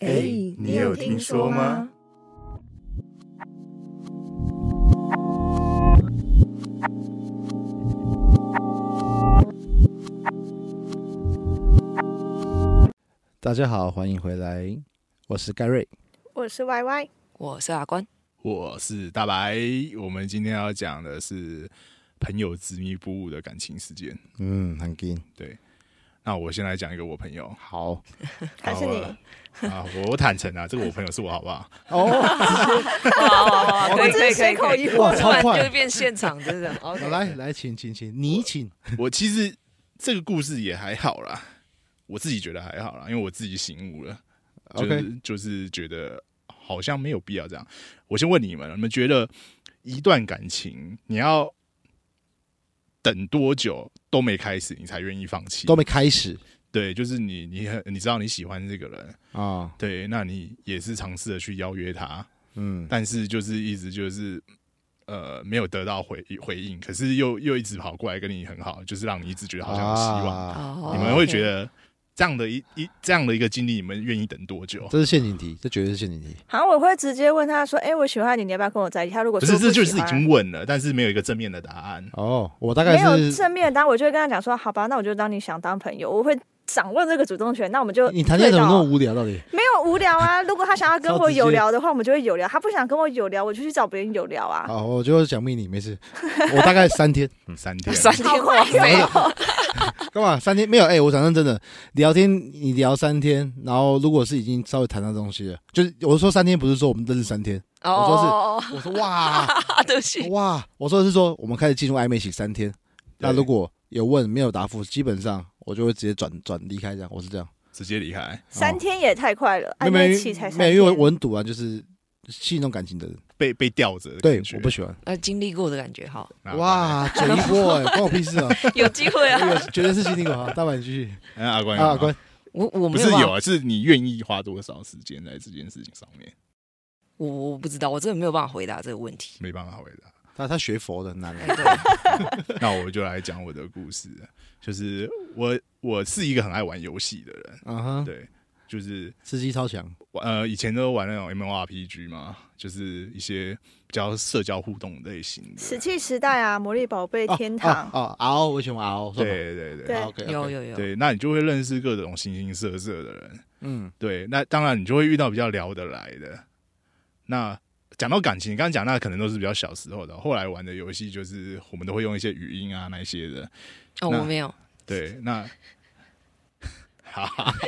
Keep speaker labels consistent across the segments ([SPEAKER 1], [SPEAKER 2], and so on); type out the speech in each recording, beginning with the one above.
[SPEAKER 1] 哎，你有听说吗？
[SPEAKER 2] 大家好，欢迎回来，我是盖瑞。
[SPEAKER 3] 我是 Y Y，
[SPEAKER 4] 我是阿关，
[SPEAKER 5] 我是大白，我们今天要讲的是朋友执迷不悟的感情事件。
[SPEAKER 2] 嗯，很劲。
[SPEAKER 5] 那我先来讲一个我朋友
[SPEAKER 2] 好
[SPEAKER 3] 还是你？
[SPEAKER 5] 啊，我坦诚啊，这个我朋友是我好不好？
[SPEAKER 2] 哦，
[SPEAKER 4] 哇哇哇，可以可以可以，可以
[SPEAKER 2] 哇，
[SPEAKER 4] 突
[SPEAKER 2] 超
[SPEAKER 4] 然就
[SPEAKER 2] 快
[SPEAKER 4] 是！变现场，真的。
[SPEAKER 2] 好
[SPEAKER 4] OK，
[SPEAKER 2] 来来，请请请，你请。
[SPEAKER 5] 我其实这个故事也还好啦，我自己觉得还好啦，因为我自己醒悟了，就是
[SPEAKER 2] OK，
[SPEAKER 5] 就是觉得好像没有必要这样。我先问你们，你们觉得一段感情你要等多久都没开始，你才愿意放弃？
[SPEAKER 2] 都没开始
[SPEAKER 5] 对，就是你你很你知道你喜欢这个人，
[SPEAKER 2] 啊。
[SPEAKER 5] 对，那你也是尝试的去邀约他，
[SPEAKER 2] 嗯，
[SPEAKER 5] 但是就是一直就是呃没有得到回回应，可是又又一直跑过来跟你很好，就是让你一直觉得好像有希望。
[SPEAKER 2] 啊
[SPEAKER 4] 哦
[SPEAKER 5] 你们会觉得这样的一一这样的一个经历，你们愿意等多
[SPEAKER 3] 哦
[SPEAKER 5] 久？
[SPEAKER 2] 这是陷阱题，这绝对是陷阱题。
[SPEAKER 3] 好，我会直接问他说：“哎、我喜欢你，你要不要跟我在一起？”他如果
[SPEAKER 5] 不
[SPEAKER 3] 说
[SPEAKER 5] 是，这
[SPEAKER 3] 不
[SPEAKER 5] 就是
[SPEAKER 3] 喜
[SPEAKER 5] 已
[SPEAKER 3] 欢
[SPEAKER 5] 经问了，但是没有一个正面的答案。
[SPEAKER 2] 哦，我大概
[SPEAKER 3] 没有
[SPEAKER 2] 是
[SPEAKER 3] 正面当，我就会跟他讲说：“好吧，那我就当你想当朋友，我会掌握这个主动权。那我们就
[SPEAKER 2] 你谈恋爱
[SPEAKER 3] 对
[SPEAKER 2] 怎么
[SPEAKER 3] 到
[SPEAKER 2] 那么无聊？到底
[SPEAKER 3] 没有无聊啊？如果他想要跟
[SPEAKER 2] 超
[SPEAKER 3] 我
[SPEAKER 2] 直接
[SPEAKER 3] 有聊的话，我们就会有聊；他不想跟我有聊，我就去找别人有聊啊。
[SPEAKER 2] 啊，我就讲秘密，没事。我大概嗯 三 天，
[SPEAKER 5] 三天，
[SPEAKER 4] 三天哇
[SPEAKER 2] 没
[SPEAKER 4] 塞
[SPEAKER 2] 有，干嘛？三天没有？哎、我讲认真的，聊天你聊三天，然后如果是已经稍微谈到东西了，就是我说三天，不是说我们认识三天。
[SPEAKER 4] 哦
[SPEAKER 2] 我说是
[SPEAKER 4] 哦，
[SPEAKER 2] 我说哇
[SPEAKER 4] 哦对不起，
[SPEAKER 2] 哇，我说的是说我们开始进入暧昧期三天，那
[SPEAKER 5] 对
[SPEAKER 2] 如果有问没有答复，基本上我就会直接转转离开，这样我是这样。
[SPEAKER 5] 直接离开，
[SPEAKER 3] 三天也太快了，
[SPEAKER 2] 没
[SPEAKER 3] 暧
[SPEAKER 2] 有没
[SPEAKER 3] 昧
[SPEAKER 2] 有
[SPEAKER 3] 期才三
[SPEAKER 2] 没有，
[SPEAKER 3] 天。
[SPEAKER 2] 因为我很赌啊，就是戏弄感情的人，
[SPEAKER 5] 被被吊着的
[SPEAKER 2] 对
[SPEAKER 5] 感，觉。
[SPEAKER 2] 我不喜欢。
[SPEAKER 4] 呃，经历过的感觉哈，
[SPEAKER 5] 那，
[SPEAKER 2] 哇，嘴一波哎，关我屁事啊！
[SPEAKER 4] 有机会
[SPEAKER 2] 那
[SPEAKER 4] 啊。
[SPEAKER 2] 个绝对是心里好，大白你继续
[SPEAKER 5] 那哎阿关有吗
[SPEAKER 2] 啊，关
[SPEAKER 4] 我我
[SPEAKER 5] 不
[SPEAKER 4] 没
[SPEAKER 5] 是
[SPEAKER 4] 有办
[SPEAKER 5] 有
[SPEAKER 4] 法，
[SPEAKER 5] 啊，是你愿意花多少时间在这件事情上面，
[SPEAKER 4] 我我不知道，我真的没有办法回答这个问题。
[SPEAKER 5] 没办法回答。
[SPEAKER 2] 他他学佛的很难
[SPEAKER 4] 哎
[SPEAKER 2] 啊，
[SPEAKER 4] 对
[SPEAKER 5] 那我就来讲我的故事，就是我我是一个很爱玩游戏的人，
[SPEAKER 2] 啊哈，
[SPEAKER 5] 对，就是
[SPEAKER 2] 司机超强，
[SPEAKER 5] 呃以前都玩那种 M O R P G 嘛，就是一些比较社交互动类型
[SPEAKER 3] 石
[SPEAKER 5] 的，
[SPEAKER 3] 器时代啊，魔力宝贝
[SPEAKER 2] 哦
[SPEAKER 3] 天堂，
[SPEAKER 2] 哦，熬我喜欢熬，啊
[SPEAKER 5] 对对对
[SPEAKER 3] 对
[SPEAKER 2] ，OK，
[SPEAKER 4] 有有有，
[SPEAKER 5] 对，那你就会认识各种形形色色的人，
[SPEAKER 2] 嗯，
[SPEAKER 5] 对，那当然你就会遇到比较聊得来的。那讲到感情，你刚刚讲那可能都是比较小时候的，后来玩的游戏就是我们都会用一些语音啊那一些的，
[SPEAKER 4] 哦，
[SPEAKER 5] 那
[SPEAKER 4] 我没有，
[SPEAKER 5] 对，那。 哈哈哈，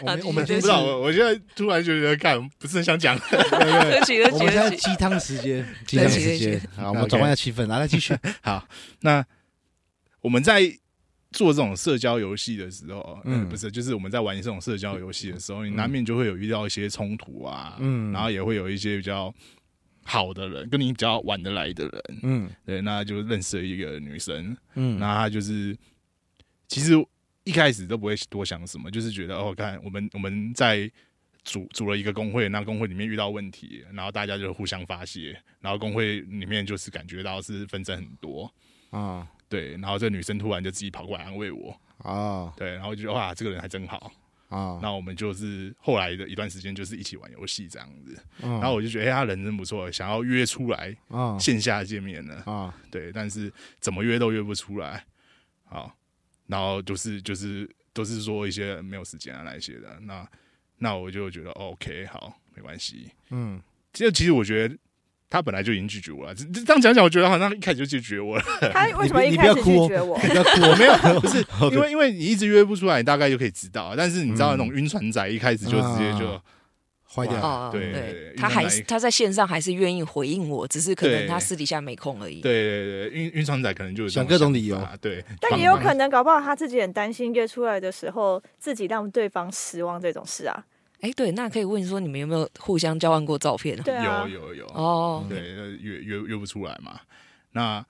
[SPEAKER 2] 我们
[SPEAKER 4] 好
[SPEAKER 2] 我们
[SPEAKER 4] 继续
[SPEAKER 2] 今天
[SPEAKER 5] 不知
[SPEAKER 2] 是
[SPEAKER 5] 道，我我现在突然就觉得，看，不是很想讲。
[SPEAKER 4] 对不起对
[SPEAKER 2] 我
[SPEAKER 4] 不起
[SPEAKER 2] 们现
[SPEAKER 4] 对
[SPEAKER 2] 在
[SPEAKER 4] 不起，
[SPEAKER 2] 鸡汤时间，鸡汤时间，好，我们
[SPEAKER 5] OK
[SPEAKER 2] 转换一下气氛，来来继续，
[SPEAKER 5] 好，那我们在做这种社交游戏的时候，嗯、
[SPEAKER 2] 嗯
[SPEAKER 5] 不是，就是我们在玩这种社交游戏的时候，你难免就会有遇到一些冲突啊，
[SPEAKER 2] 嗯
[SPEAKER 5] 然后也会有一些比较好的人，跟你比较玩得来的人，
[SPEAKER 2] 嗯
[SPEAKER 5] 对，那就认识了一个女生，
[SPEAKER 2] 嗯，
[SPEAKER 5] 那她就是其实一开始都不会多想什么，就是觉得哦，看我们我们在。组组了一个工会，那工会里面遇到问题，然后大家就互相发泄，然后工会里面就是感觉到是纷争很多，
[SPEAKER 2] 啊
[SPEAKER 5] 对，然后这女生突然就自己跑过来安慰我，
[SPEAKER 2] 啊
[SPEAKER 5] 对，然后就觉得哇，这个人还真好。
[SPEAKER 2] 啊，
[SPEAKER 5] 那我们就是后来的一段时间就是一起玩游戏这样子，
[SPEAKER 2] 然
[SPEAKER 5] 然后我就觉得哎、他人真不错，想要约出来
[SPEAKER 2] 啊
[SPEAKER 5] 线下见面呢，
[SPEAKER 2] 啊
[SPEAKER 5] 对，但是怎么约都约不出来，好，然后就是就是都是说一些没有时间啊那一些的，那那我就觉得哦 OK 好，没关系。
[SPEAKER 2] 嗯，
[SPEAKER 5] 其实其实我觉得他本来就已经拒绝我了，这这这样讲讲，我觉得好像一开始就拒绝我了。
[SPEAKER 3] 他为什么一
[SPEAKER 2] 你不要
[SPEAKER 3] 开始
[SPEAKER 2] 哭
[SPEAKER 3] 拒
[SPEAKER 2] 哦
[SPEAKER 3] 绝我？
[SPEAKER 2] 你不要哭，我没 有，不是
[SPEAKER 5] 因为因为你一直约不出来，你大概就可以知道。啊但是你知道那
[SPEAKER 2] 嗯
[SPEAKER 5] 种晕船仔一开始就直接就、
[SPEAKER 2] 啊坏掉了，
[SPEAKER 4] 哦
[SPEAKER 5] 对
[SPEAKER 4] 对
[SPEAKER 5] 对，
[SPEAKER 4] 他
[SPEAKER 5] 因为
[SPEAKER 4] 还
[SPEAKER 5] 那一
[SPEAKER 4] 是他在线上还是愿意回应我，只是可能
[SPEAKER 5] 对
[SPEAKER 4] 他私底下没空而已。
[SPEAKER 5] 对对对，晕晕船仔可能就是
[SPEAKER 2] 想各种理由
[SPEAKER 5] 对，
[SPEAKER 3] 但也有
[SPEAKER 5] 帮
[SPEAKER 3] 可能，搞不好他自己很担心约出来的时候，自己让对方失望这种事啊。
[SPEAKER 4] 哎，对，那可以问说你们有没有互相交换过照片 啊？
[SPEAKER 3] 对啊
[SPEAKER 5] 忙，有有有，
[SPEAKER 4] 哦，
[SPEAKER 5] 对，呃约约约不出来嘛。那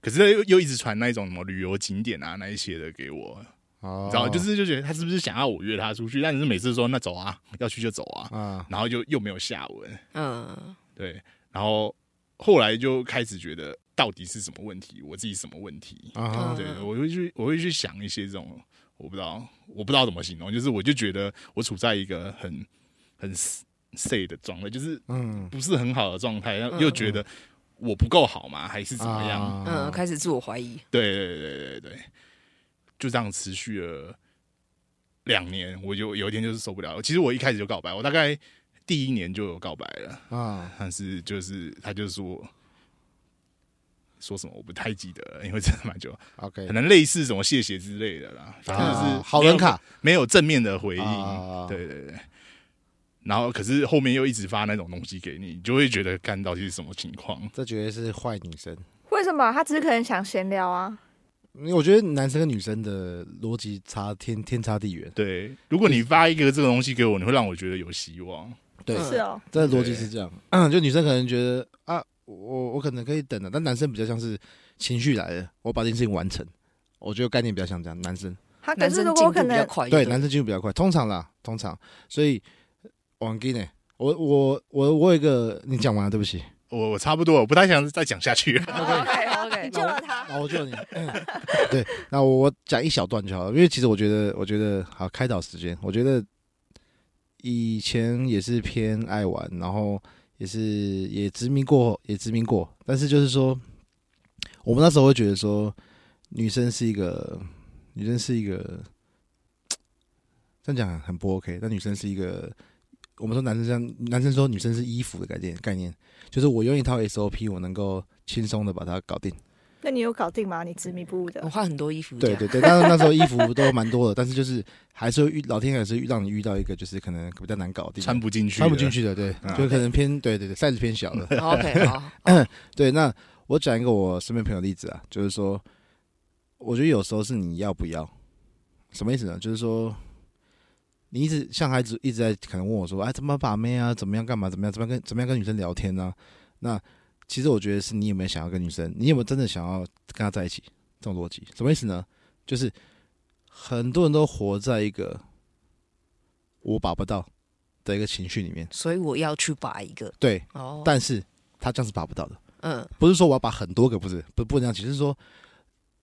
[SPEAKER 5] 可是又又一直传那种什么旅游景点啊那一些的给我，
[SPEAKER 2] 哦
[SPEAKER 5] 你知道吗，就是就觉得他是不是想要我约他出去？但是每次说那走啊，要去就走啊，
[SPEAKER 2] 啊，
[SPEAKER 5] 然后就又没有下文。
[SPEAKER 2] 哦
[SPEAKER 4] 嗯，
[SPEAKER 5] 对，然后后来就开始觉得到底是什么问题，我自己什么问题？
[SPEAKER 2] 啊哈
[SPEAKER 5] 对，我会去我会去想一些这种我不知道，我不知道怎么形容，就是我就觉得我处在一个很很 say 的状态，就是
[SPEAKER 2] 嗯，
[SPEAKER 5] 不是很好的状态，然后
[SPEAKER 4] 嗯
[SPEAKER 5] 又觉得我不够好嘛，还是怎么样？
[SPEAKER 2] 啊
[SPEAKER 4] 嗯，开始自我怀疑，
[SPEAKER 5] 对对对对对对，就这样持续了两年，我就有一天就是受不了了。其实我一开始就告白，我大概第一年就有告白了，
[SPEAKER 2] 啊，
[SPEAKER 5] 但是就是他就说说什么我不太记得了，因为真的蛮久，
[SPEAKER 2] OK，
[SPEAKER 5] 可能类似什么谢谢之类的啦，反正就是没有、
[SPEAKER 2] 啊好人卡
[SPEAKER 5] 没有正面的回应，
[SPEAKER 2] 啊
[SPEAKER 5] 对对对。然后，可是后面又一直发那种东西给你，你就会觉得看到底是什么情况？
[SPEAKER 2] 这绝对是坏女生。
[SPEAKER 3] 为什么？他只是可能想闲聊啊。
[SPEAKER 2] 因为我觉得男生跟女生的逻辑差天天差地远，
[SPEAKER 5] 对，如果你发一个这个东西给我，你会让我觉得有希望。
[SPEAKER 2] 对
[SPEAKER 4] 嗯
[SPEAKER 3] 是哦，
[SPEAKER 2] 这逻辑是这样。就女生可能觉得啊，我我可能可以等了，啊但男生比较像是情绪来了，我把这件事情完成。我觉得概念比较像这样，男生
[SPEAKER 3] 他啊可
[SPEAKER 4] 男
[SPEAKER 3] 是
[SPEAKER 4] 生
[SPEAKER 3] 如
[SPEAKER 4] 进
[SPEAKER 3] 果
[SPEAKER 4] 步
[SPEAKER 3] 可
[SPEAKER 4] 比较
[SPEAKER 3] 能
[SPEAKER 4] 快，
[SPEAKER 2] 对男生进入比较快，通常啦，通常。所以呃王金呢，我我我我有一个，你讲完了，对不起，
[SPEAKER 5] 我我差不多了，我不太想再讲 下去了。
[SPEAKER 3] 哦 OK
[SPEAKER 4] OK，
[SPEAKER 3] 你救了他，
[SPEAKER 2] 好，我救你。 对，那我我讲一小段就好了，因为其实我觉得，我觉得好开导时间，我觉得以前也是偏爱玩，然后也是也殖民过，也殖民过，但是就是说，我们那时候会觉得说，女生是一个，女生是一个，这样讲很不 OK，但女生是一个。我们说男生像男生说女生是衣服的概念概念，就是我用一套 SOP，我能够轻松的把它搞定。
[SPEAKER 3] 那你有搞定吗？你执迷不悟的
[SPEAKER 4] 我，换很多衣服，
[SPEAKER 2] 对对，对，但是那时候衣服都蛮多的，但是就是还是会遇老天还是遇让你遇到一个就是可能比较难搞的地方，
[SPEAKER 5] 穿不进去，
[SPEAKER 2] 啊穿不进。去的，对，嗯
[SPEAKER 5] 嗯
[SPEAKER 2] 就可能偏对对对 size 偏小的。
[SPEAKER 4] 哦 OK，好，
[SPEAKER 2] 对，那我讲一个我身边朋友的例子啊，就是说，我觉得有时候是你要不要，什么意思呢？就是说，你一直像孩子一直在可能问我说，哎，怎么把妹啊？怎么样干嘛？怎么样？怎么样跟怎么样跟女生聊天呢、那其实我觉得是你有没有想要跟女生，你有没有真的想要跟她在一起？这种逻辑什么意思呢？就是很多人都活在一个我把不到的一个情绪里面，
[SPEAKER 4] 所以我要去把一个
[SPEAKER 2] 对，
[SPEAKER 4] 哦，
[SPEAKER 2] 但是他这样是把不到的。
[SPEAKER 4] 嗯
[SPEAKER 2] 不是说我要把很多个，不是，不不能这样，只是说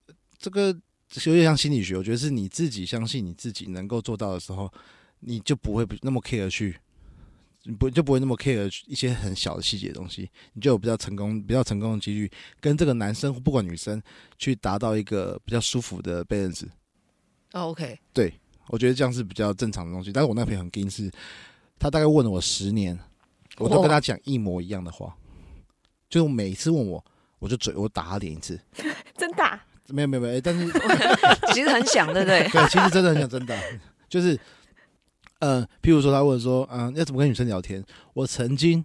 [SPEAKER 2] 呃这个有点像心理学，我觉得是你自己相信你自己能够做到的时候，你就不会不那么 care 去，你不就不会那么 care 去一些很小的细节的东西，你就有比较成功、比较成功的几率跟这个男生不管女生去达到一个比较舒服的 balance。
[SPEAKER 4] 哦，OK，
[SPEAKER 2] 我觉得这样是比较正常的东西。但是我那个朋友很硬，是他大概问了我十年，我都跟他讲一模一样的话，就是每次问我，我就嘴我打他脸一次。
[SPEAKER 3] 真打
[SPEAKER 2] 没有没有没有，但是
[SPEAKER 4] 其实很想，对不对？
[SPEAKER 2] 对，其实真的很想真的，就是，呃，譬如说他问说，嗯、要怎么跟女生聊天？我曾经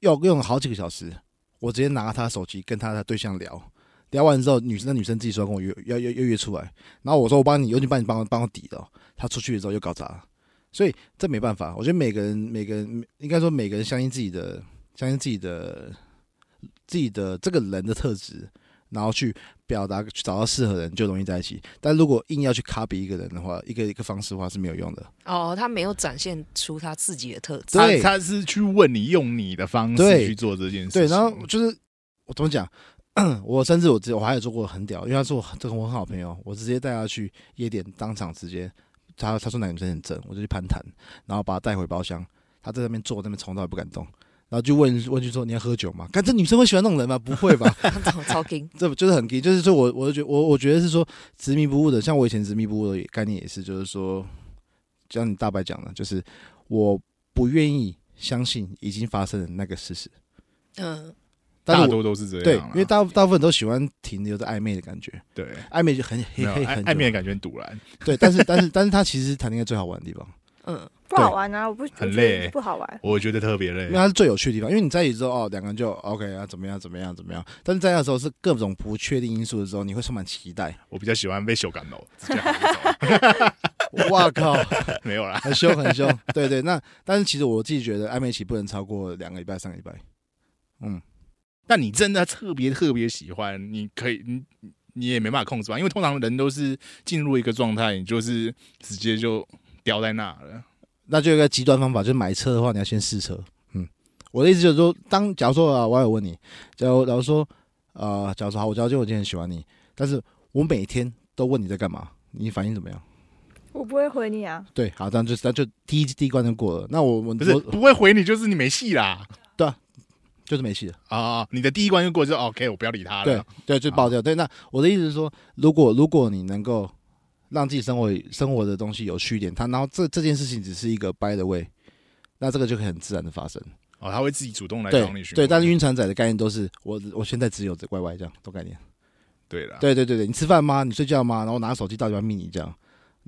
[SPEAKER 2] 要用了好几个小时，我直接拿他手机跟他的对象聊，聊完之后，女生那女生自己说要跟我约要约约约出来，然后我说我帮你，有你帮你帮我帮我抵了，他出去的时候又搞砸了，所以这没办法，我觉得每个人每个人应该说每个人相信自己的相信自己的自己的这个人的特质。然后去表达去找到适合的人就容易在一起。但如果硬要去 copy 一个人的话，一个一个方式的话是没有用的。
[SPEAKER 4] 哦，他没有展现出他自己的特质，
[SPEAKER 5] 他
[SPEAKER 2] 对
[SPEAKER 5] 他是去问你用你的方
[SPEAKER 2] 对
[SPEAKER 5] 式去做这件事情。
[SPEAKER 2] 对，然后就是我怎么讲， 我甚至我直我还有做过很屌，因为他是我这个我很好朋友，我直接带他去夜店，当场直接他他说那个女生很正，我就去攀谈，然后把他带回包厢，他在那边坐，那边从头也不敢动。然后就问问句说你要喝酒吗？看这女生会喜欢那种人吗？不会吧，
[SPEAKER 4] 超超 king，
[SPEAKER 2] 这就是很 gay，就是说我我觉我我觉得是说执迷不悟的，像我以前执迷不悟的概念也是，就是说，就像你大白讲的，就是我不愿意相信已经发生的那个事实，
[SPEAKER 4] 嗯，
[SPEAKER 2] 但
[SPEAKER 5] 大
[SPEAKER 2] 是我
[SPEAKER 5] 多都是这样
[SPEAKER 2] 对
[SPEAKER 5] 啦，
[SPEAKER 2] 因为大大部分都喜欢停留在暧昧的感觉，
[SPEAKER 5] 对，
[SPEAKER 2] 暧昧就很
[SPEAKER 5] 没
[SPEAKER 2] 黑
[SPEAKER 5] 有
[SPEAKER 2] 黑
[SPEAKER 5] 暧
[SPEAKER 2] 很
[SPEAKER 5] 暧昧的
[SPEAKER 2] 久，
[SPEAKER 5] 感觉很堵然，
[SPEAKER 2] 对，但是但是但是他其实谈恋爱最好玩的地方，
[SPEAKER 4] 嗯，
[SPEAKER 3] 不好玩啊！我不我
[SPEAKER 5] 很
[SPEAKER 3] 觉得
[SPEAKER 5] 累
[SPEAKER 3] 不好玩。
[SPEAKER 5] 我觉得特别累
[SPEAKER 2] 因为。它是最有趣的地方，因为你在一起之后哦，两个人就 OK 啊，怎么样怎么样怎么样，但是在那时候是各种不确定因素的时候，你会充满期待，
[SPEAKER 5] 我比较喜欢被秀感到，直接 喊走
[SPEAKER 2] 哇靠！
[SPEAKER 5] 没有啦。
[SPEAKER 2] 很凶很凶，对对。那但是其实我自己觉得暧昧期不能超过两个礼拜、三个礼拜。嗯，
[SPEAKER 5] 但你真的特别特别喜欢，你可以，你你也没办法控制吧？因为通常人都是进入一个状态，你就是直接就掉在那了。
[SPEAKER 2] 那就有一个极端方法，就是买车的话，你要先试车。嗯，我的意思就是说，当假如说啊，网友问你，假如假如说呃，假如说好，我假如就我今天很喜欢你，但是我每天都问你在干嘛，你反应怎么样？
[SPEAKER 3] 我不会回你啊，
[SPEAKER 2] 对，好，这样就这样就第一第一关就过了。那我我
[SPEAKER 5] 不是
[SPEAKER 2] 我
[SPEAKER 5] 不会回你，就是你没戏啦
[SPEAKER 2] 就是没戏了，
[SPEAKER 5] 啊啊！你的第一关就过，就 OK，我不要理他
[SPEAKER 2] 对
[SPEAKER 5] 了。
[SPEAKER 2] 对，就爆掉。对，那我的意思是说，如果如果你能够让自己生活生活的东西有趣一点，它然后这这件事情只是一个 by the way，那这个就可以很自然的发生。
[SPEAKER 5] 哦，他会自己主动来
[SPEAKER 2] 对
[SPEAKER 5] 找你询问。
[SPEAKER 2] 对，但是晕船仔的概念都是我我现在只有这 YY 这样都概念。
[SPEAKER 5] 对了，
[SPEAKER 2] 对对对对，你吃饭吗？你睡觉吗？然后拿手机到底要密你这样。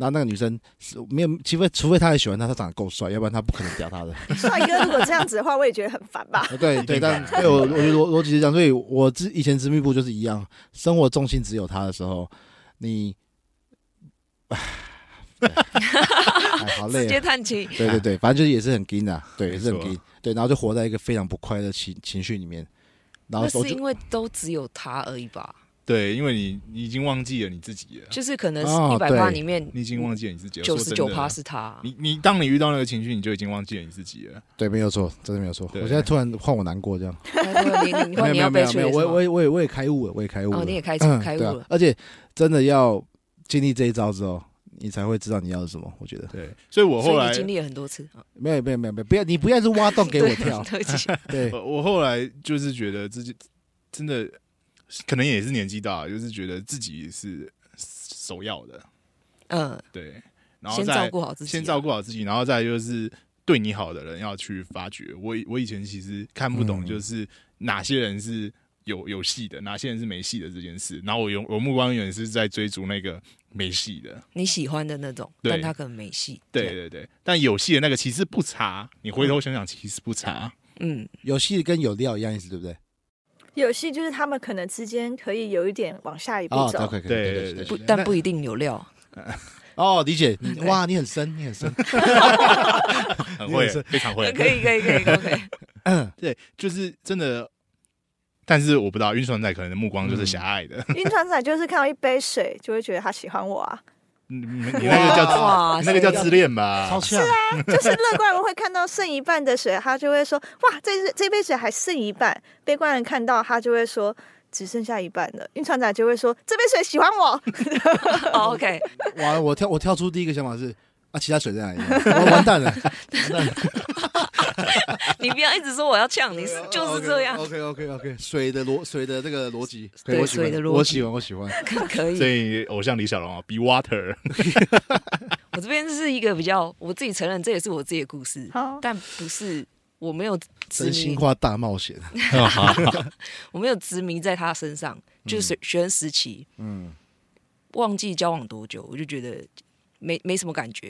[SPEAKER 2] 那那个女生是没有，除非除非她也喜欢他，她长得够帅，要不然她不可能屌他的。
[SPEAKER 3] 帅哥如果这样子的话，我也觉得很烦吧。
[SPEAKER 2] 对对，但对我我觉得逻逻辑是这样，所以我之以前执迷不悟就是一样，生活重心只有他的时候，你，唉哎，好累、
[SPEAKER 4] 直接
[SPEAKER 2] 啊。
[SPEAKER 4] 叹气。
[SPEAKER 2] 对对对，反正就是也是很硬啊，对，也是很
[SPEAKER 5] 没错
[SPEAKER 2] 硬，对，然后就活在一个非常不快乐情情绪里面，然
[SPEAKER 4] 那
[SPEAKER 2] 后我
[SPEAKER 4] 是
[SPEAKER 2] 就啊
[SPEAKER 4] 因为都只有他而已吧？
[SPEAKER 5] 对，因为你你已经忘记了你自己了，
[SPEAKER 4] 就是可能
[SPEAKER 2] 哦
[SPEAKER 4] 是一百
[SPEAKER 2] 对
[SPEAKER 4] 趴里面
[SPEAKER 5] 你已经忘记了你自己了。
[SPEAKER 4] 九
[SPEAKER 5] 说
[SPEAKER 4] 十
[SPEAKER 5] 真
[SPEAKER 4] 九
[SPEAKER 5] 的
[SPEAKER 4] 趴是他。
[SPEAKER 5] 你你当你遇到那个情绪，你就已经忘记了你自己了。
[SPEAKER 2] 对，没有错，真的没有错。我
[SPEAKER 5] 对
[SPEAKER 2] 现在突然换我难过这样，
[SPEAKER 4] 哦对你你
[SPEAKER 2] 没
[SPEAKER 4] 换你
[SPEAKER 2] 有没有
[SPEAKER 4] 要
[SPEAKER 2] 没
[SPEAKER 4] 被
[SPEAKER 2] 有
[SPEAKER 4] 处
[SPEAKER 2] 没有，
[SPEAKER 4] 理
[SPEAKER 2] 我
[SPEAKER 4] 是
[SPEAKER 2] 我
[SPEAKER 4] 吗？
[SPEAKER 2] 也我也我也开悟了，我也开悟了，
[SPEAKER 4] 哦，你 也开
[SPEAKER 2] 嗯
[SPEAKER 4] 开悟
[SPEAKER 2] 对啊
[SPEAKER 4] 了。
[SPEAKER 2] 而且真的要经历这一招之后，你才会知道你要什么。我觉得
[SPEAKER 5] 对，所以我后
[SPEAKER 4] 所以
[SPEAKER 5] 来
[SPEAKER 4] 你经历了很多 次，啊
[SPEAKER 2] 没有没有没有没有，不要你不要是挖洞给我跳，
[SPEAKER 4] 对不起，嗯
[SPEAKER 2] 对
[SPEAKER 5] 呃我我后来就是觉得自己真的可能也是年纪大了，就是觉得自己是首要的，
[SPEAKER 2] 啊
[SPEAKER 4] 嗯，
[SPEAKER 5] 对，然后
[SPEAKER 4] 先照
[SPEAKER 5] 再
[SPEAKER 4] 顾好自己，啊
[SPEAKER 5] 先照顾好自己，然后再就是对你好的人要去发掘。我以我以前其实看不懂，
[SPEAKER 2] 嗯
[SPEAKER 5] 就是哪些人是有有戏的，哪些人是没戏的这件事。然后我永我目光永远是在追逐那个没戏的，
[SPEAKER 4] 你喜欢的那种，
[SPEAKER 5] 对
[SPEAKER 4] 但他可能没戏。
[SPEAKER 5] 对，对对。但有戏的那个其实不差，你回头想想其实不差。
[SPEAKER 4] 嗯，
[SPEAKER 2] 有戏跟有料一样意思，对不对？
[SPEAKER 3] 有戏就是他们可能之间可以有一点往下一步
[SPEAKER 2] 哦
[SPEAKER 3] 走，
[SPEAKER 2] ，OK，
[SPEAKER 5] 对
[SPEAKER 2] 对
[SPEAKER 5] 对
[SPEAKER 2] 对
[SPEAKER 5] 对
[SPEAKER 4] 不
[SPEAKER 2] 对，，
[SPEAKER 4] 但不一定有料。
[SPEAKER 2] 哦，理解，你哇，你很深，你很深，
[SPEAKER 5] 很会
[SPEAKER 2] 你也是，
[SPEAKER 5] 非 常会，
[SPEAKER 4] 可以可以可以 OK，
[SPEAKER 5] 对，就是真的。但是我不知道，晕船仔可能目
[SPEAKER 2] 嗯
[SPEAKER 5] 光就是狭隘的，
[SPEAKER 3] 晕船仔就是看到一杯水就会觉得他喜欢我啊，
[SPEAKER 5] 你你那个叫
[SPEAKER 4] 哇
[SPEAKER 5] 自那个叫自恋吧？
[SPEAKER 2] 超像，
[SPEAKER 3] 就是乐观人会看到剩一半的水，他就会说哇，这是这杯水还剩一半；悲观人看到他就会说只剩下一半了。晕船仔就会说这杯水喜欢我，
[SPEAKER 4] 哦 OK，
[SPEAKER 2] 完了，我跳我跳出第一个想法是啊，其他水在哪里？我完蛋了，
[SPEAKER 4] 你不要一直说我要呛你，是
[SPEAKER 5] 哦
[SPEAKER 4] 就是这样，
[SPEAKER 2] OK OK OK，水的逻水的这个逻辑，可以
[SPEAKER 4] 对
[SPEAKER 2] 我喜欢
[SPEAKER 4] 水的逻辑
[SPEAKER 2] 我喜欢我喜欢，
[SPEAKER 4] 可
[SPEAKER 5] 所
[SPEAKER 4] 以。
[SPEAKER 5] 以偶像李小龙啊，Be Water，
[SPEAKER 4] 我这边是一个比较，我自己承认这也是我自己的故事，
[SPEAKER 3] 好，
[SPEAKER 4] 但不是我没有执
[SPEAKER 2] 真心
[SPEAKER 4] 迷，
[SPEAKER 2] 话大冒险，
[SPEAKER 4] 我没有执迷在他身上，
[SPEAKER 5] 嗯
[SPEAKER 4] 就是学学生时期，
[SPEAKER 2] 嗯，
[SPEAKER 4] 忘记交往多久，我就觉得没没什么感觉。